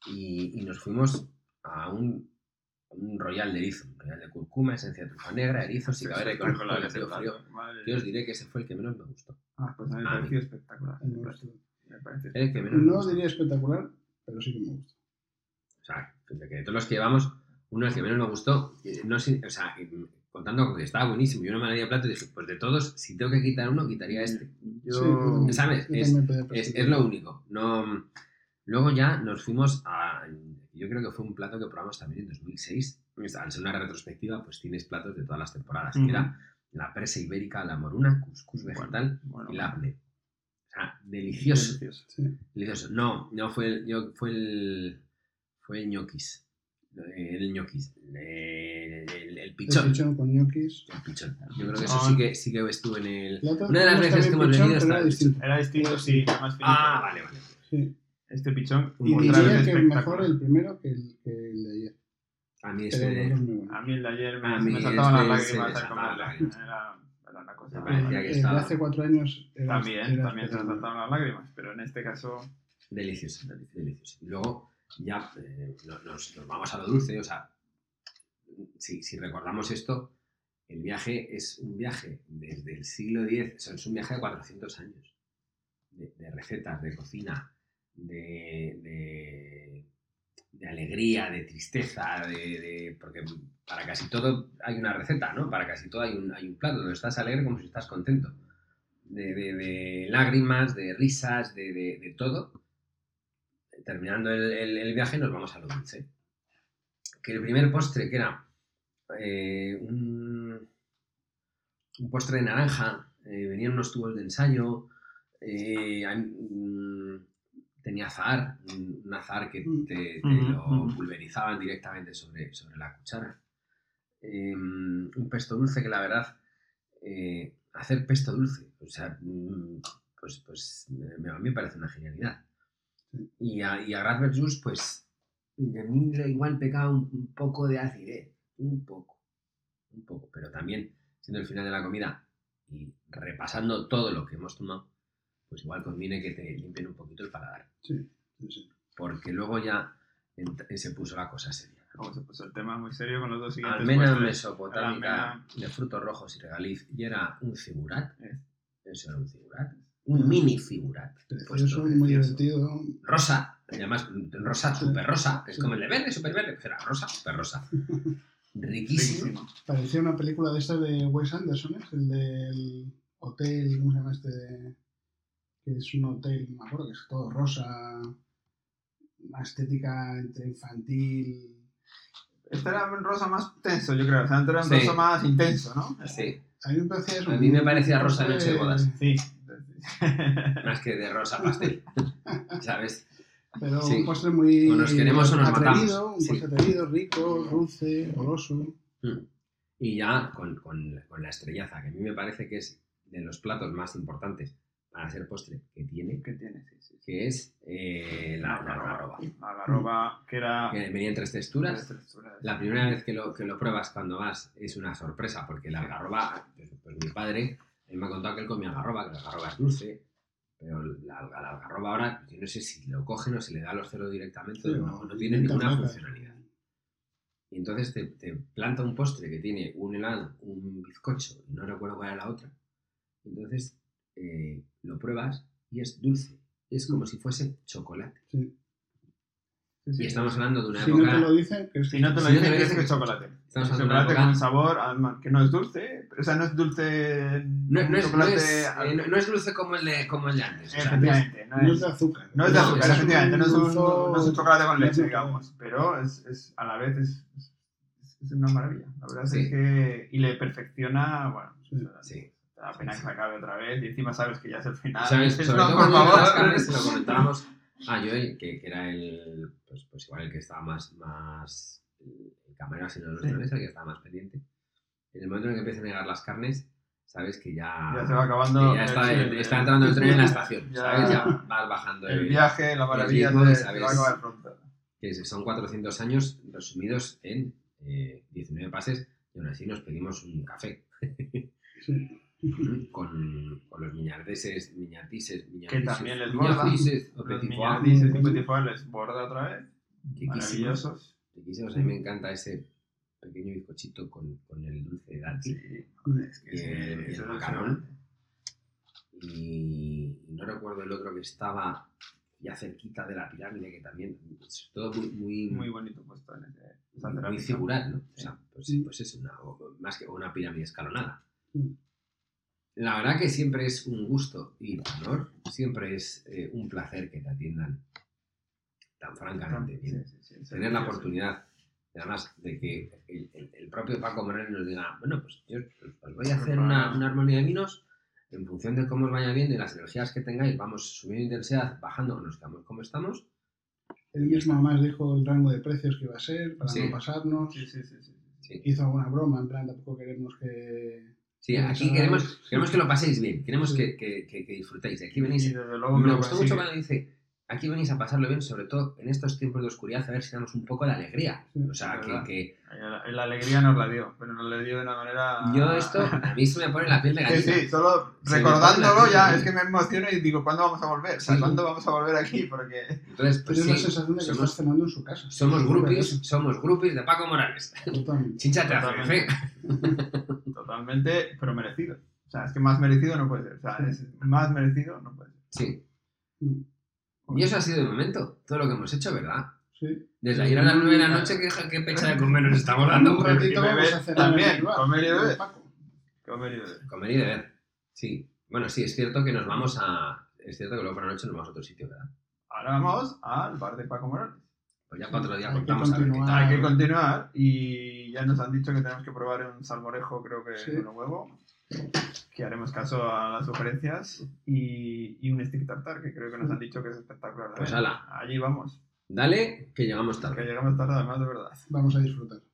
Y, y nos fuimos a un, a un Royal de Erizo. Un Royal de Cúrcuma, esencia de trufa negra, erizo, Sí, caber sí, y conejo con la con leche, el claro. frío. Madre Yo mía. os diré que ese fue el que menos me gustó. Ah, pues a mí me A mí. pareció espectacular. Me gustó. Me pareció El que menos me No os gustó. diría espectacular, pero sí que me gusta. O sea, de que de todos los que llevamos, uno el que menos me gustó, eh, no sé, o sea, eh, contando con que estaba buenísimo, yo no me daría plato y dije, pues de todos, si tengo que quitar uno, quitaría este. Sí, yo Yo... también- ¿Sabes? yo Es- también podía Es, percibir. es lo único. No, luego ya nos fuimos a. Yo creo que fue un plato que probamos también en 2006, Pues, al ser una retrospectiva, pues tienes platos de todas las temporadas, Ujú. que era la presa ibérica, la moruna, cuscús vegetal Bueno, y la apne. O sea, delicioso, delicioso. Sí. delicioso. No, no fue el, yo- fue el, fue el ñoquis, el ñoquis, el, el- el pichón, El pichón con ñoquis. el pichón. Yo creo que eso Ah. sí que, sí que estuve en el... La otra Una de las tenemos veces también que hemos pichón, venido pero está- era distinto. Era distinto, sí, era más finito. Ah, vale, vale. Sí. Este pichón, Y Y diría otra vez que espectacular. mejor el primero que el, que el de ayer. A mí Pero los este... dos muy buenos. A mí el de ayer A me, mí me saltaban las este se lágrimas. me al saltaban comerlo. las lágrimas. Era, era una cosa. Parecía El- que el estaba- de hace cuatro años era- También, era también se me espectacular. saltaban las lágrimas, pero en este caso, Delicioso, delici- delicioso. Y luego ya eh, no- nos, nos vamos a lo dulce, o sea, si, si recordamos esto, el viaje es un viaje desde el siglo X, o sea, es un viaje de 400 años, de, de recetas, de cocina, de, de, de alegría, de tristeza, de, de- porque para casi todo hay una receta, ¿no? Para casi todo hay un, hay un plato, donde estás alegre como si estás contento. De, de- de lágrimas, de risas, de- de- de todo terminando el, el- el viaje nos vamos a lo dulce. Que el primer postre, que era eh, un, un postre de naranja, eh, venían unos tubos de ensayo, eh, hay- mm, tenía azahar, un un azahar que te, te Ujú, lo ujú. pulverizaban directamente sobre, sobre la cuchara. Eh, un pesto dulce que la verdad, eh, hacer pesto dulce, o sea, mm, pues, pues me- a mí me parece una genialidad. Y a, y a Raspberry Juice, pues, de mí le igual pecaba un, un poco de acidez, un poco, un poco, pero también siendo el final de la comida y repasando todo lo que hemos tomado, pues igual conviene que te limpien un poquito el paladar, Sí, sí. porque luego ya ent- se puso la cosa seria. como se puso el tema muy serio con los dos siguientes. Almena postres. la mesopotámica almena- de frutos rojos y regaliz, y era un figurat, Eh. eso era un figurat, un mini figurat, Pues Precioso, muy divertido. rosa, además rosa Sí. super rosa, es Sí. como el de verde, super verde, pues era rosa, super rosa. Riquísimo. Riquísimo. Parecía una película de esta de Wes Anderson, ¿eh? el del hotel, ¿cómo se llama este? Que es un hotel, no me acuerdo, que es todo rosa, una estética entre infantil. Este era un rosa más tenso, yo creo. O sea, antes era un Sí. rosa más intenso, ¿no? Sí, A mí me parecía eso. A mí me un- parecía un rosa postre- noche de bodas. Sí. más que de rosa pastel. ¿Sabes? Pero Sí. un postre muy. O nos queremos o nos atrevido, matamos. Un Sí. postre atrevido, rico, dulce, goloso. Mm. Y ya con, con- con la estrellaza, que a mí me parece que es de los platos más importantes para hacer postre que tiene, ¿Qué tiene? Sí, sí. que es eh, la, la algarroba. Algarroba, que era. Que venía en tres Tres texturas. texturas. La primera vez que lo, que lo pruebas cuando vas es una sorpresa, porque la algarroba, pues, pues mi padre, él me ha contado que él comía algarroba, que la algarroba es dulce, pero la, alga- la algarroba ahora, yo no sé si lo cogen o se le da a los ceros directamente, Sí, pero no, no, no tiene intenta ninguna nada. funcionalidad. Y entonces te, te planta un postre que tiene un helado, un bizcocho, y no recuerdo cuál era la otra. Entonces eh, lo pruebas y es dulce, es como si fuese chocolate. Sí, sí. Y estamos hablando de una Si no época... te lo dicen, que es Si no te lo Si no dicen, te crees dicen que que- es chocolate. Estamos Es hablando de una chocolate época- con sabor, además, que no es dulce. ¿eh? O sea, no es dulce. No, no, un es, no, chocolate es, al- Eh, eh, no- no es dulce como el de, como el de antes. o sea, no es- Efectivamente, no no es es. de azúcar. No es de no, azúcar, es efectivamente, no es, un, dulzor- no es un chocolate con leche, no es- digamos, pero es, es- a la vez es, es- es una maravilla. La verdad Sí. es que. Y le perfecciona, bueno, pues, o sea, sí. apenas Sí, que se acabe otra vez, y encima sabes que ya es el final. ¿Sabes? Ah, Dices, Sobre no, todo por cuando favor. las carnes se lo comentábamos a Joel, que, que era el, pues, pues igual el que estaba más, más el camarero así de nuestra Sí. mesa, el que estaba más pendiente. En el momento en el que empieza a negar las carnes, sabes que ya, Ya se va acabando. que ya está, el- está entrando el tren en la estación, ya- ¿sabes? Ya vas bajando El viaje, la maravilla, ritmo, se- se ¿sabes? va a acabar pronto. que es- son 400 años resumidos en eh, 19 pases y aún así nos pedimos un café. Sí. con, con los miñardeses, miñardises, Que miñardises, también les borda. miñardises, o Los petit foie, millones y Spotify les borda otra vez. riquísimos, Maravillosos. riquísimos. A mí me encanta ese pequeño bizcochito con, con el dulce de dátil Es que Y el- es- y el es- macarón. y no recuerdo el otro que estaba ya cerquita de la pirámide, que también es todo muy, muy, Muy bonito puesto en ese. esa muy cerámica. figural, ¿no? O Sí. Mm. sea, pues, Sí. pues es una, o- más que una pirámide escalonada. Sí. La verdad que siempre es un gusto y un honor, siempre es eh, un placer que te atiendan tan francamente bien. Ah, Sí, sí, sí, sí, Tener la sí, sí. oportunidad Y además, de que el, el- el propio Paco Moreno nos diga, bueno, pues yo os voy a hacer una, una armonía de vinos en función de cómo os vaya viendo y las energías que tengáis, vamos subiendo intensidad, bajando o nos quedamos como estamos. Él mismo además dijo el rango de precios que iba a ser para Sí. no pasarnos. Sí, sí, sí. sí. Hizo alguna broma, en plan, tampoco queremos que... Sí, aquí queremos, queremos que lo paséis bien, queremos que, que- que- que disfrutéis. Aquí Y venís. eh, desde luego Me creo que gustó sí mucho que- cuando dice, aquí venís a pasarlo bien, sobre todo en estos tiempos de oscuridad, a ver si damos un poco de alegría. O sea, que, que- La, la alegría nos la dio, pero nos la dio de una manera... yo esto, Ah. a mí se me pone la piel de Sí, gallina. sí, solo Se me pone recordándolo la ya, piel. es que me emociono y digo, ¿cuándo vamos a volver? O sea, Sí. ¿cuándo vamos a volver aquí? Porque... Entonces, pues Tienes la sí, sensación de que somos- estás cenando en su casa. somos Sí, groupies, somos groupies de Paco Morales. Totalmente. Chinchate ¿eh? a Totalmente. CFC. Totalmente, pero merecido. O sea, es que más merecido no puede ser. O sea, es más merecido no puede ser. Sí. Mm, Y eso ha sido el momento, todo lo que hemos hecho, ¿verdad? Sí. Desde ayer a las 9 de la noche, ¿qué, qué pecha de comer nos estamos dando? Un Joder, ratito y beber vamos a cenar también, en el bar. comer y beber. Paco. Comer y beber. Comer y beber. Sí. Bueno, sí, es cierto que nos vamos a. Es cierto que luego por la noche nos vamos a otro sitio, ¿verdad? Ahora vamos al bar de Paco Morales. Pues ya para otro día Hay que contamos a ver qué continuar. tal. Hay que continuar y ya nos han dicho que tenemos que probar un salmorejo, creo que Sí. con un huevo. Que haremos caso a las sugerencias y, y un stick tartar, que creo que nos han dicho que es espectacular. Pues también. ala. Allí vamos. Dale, que llegamos Que tarde. llegamos tarde, además, de verdad. Vamos a disfrutar.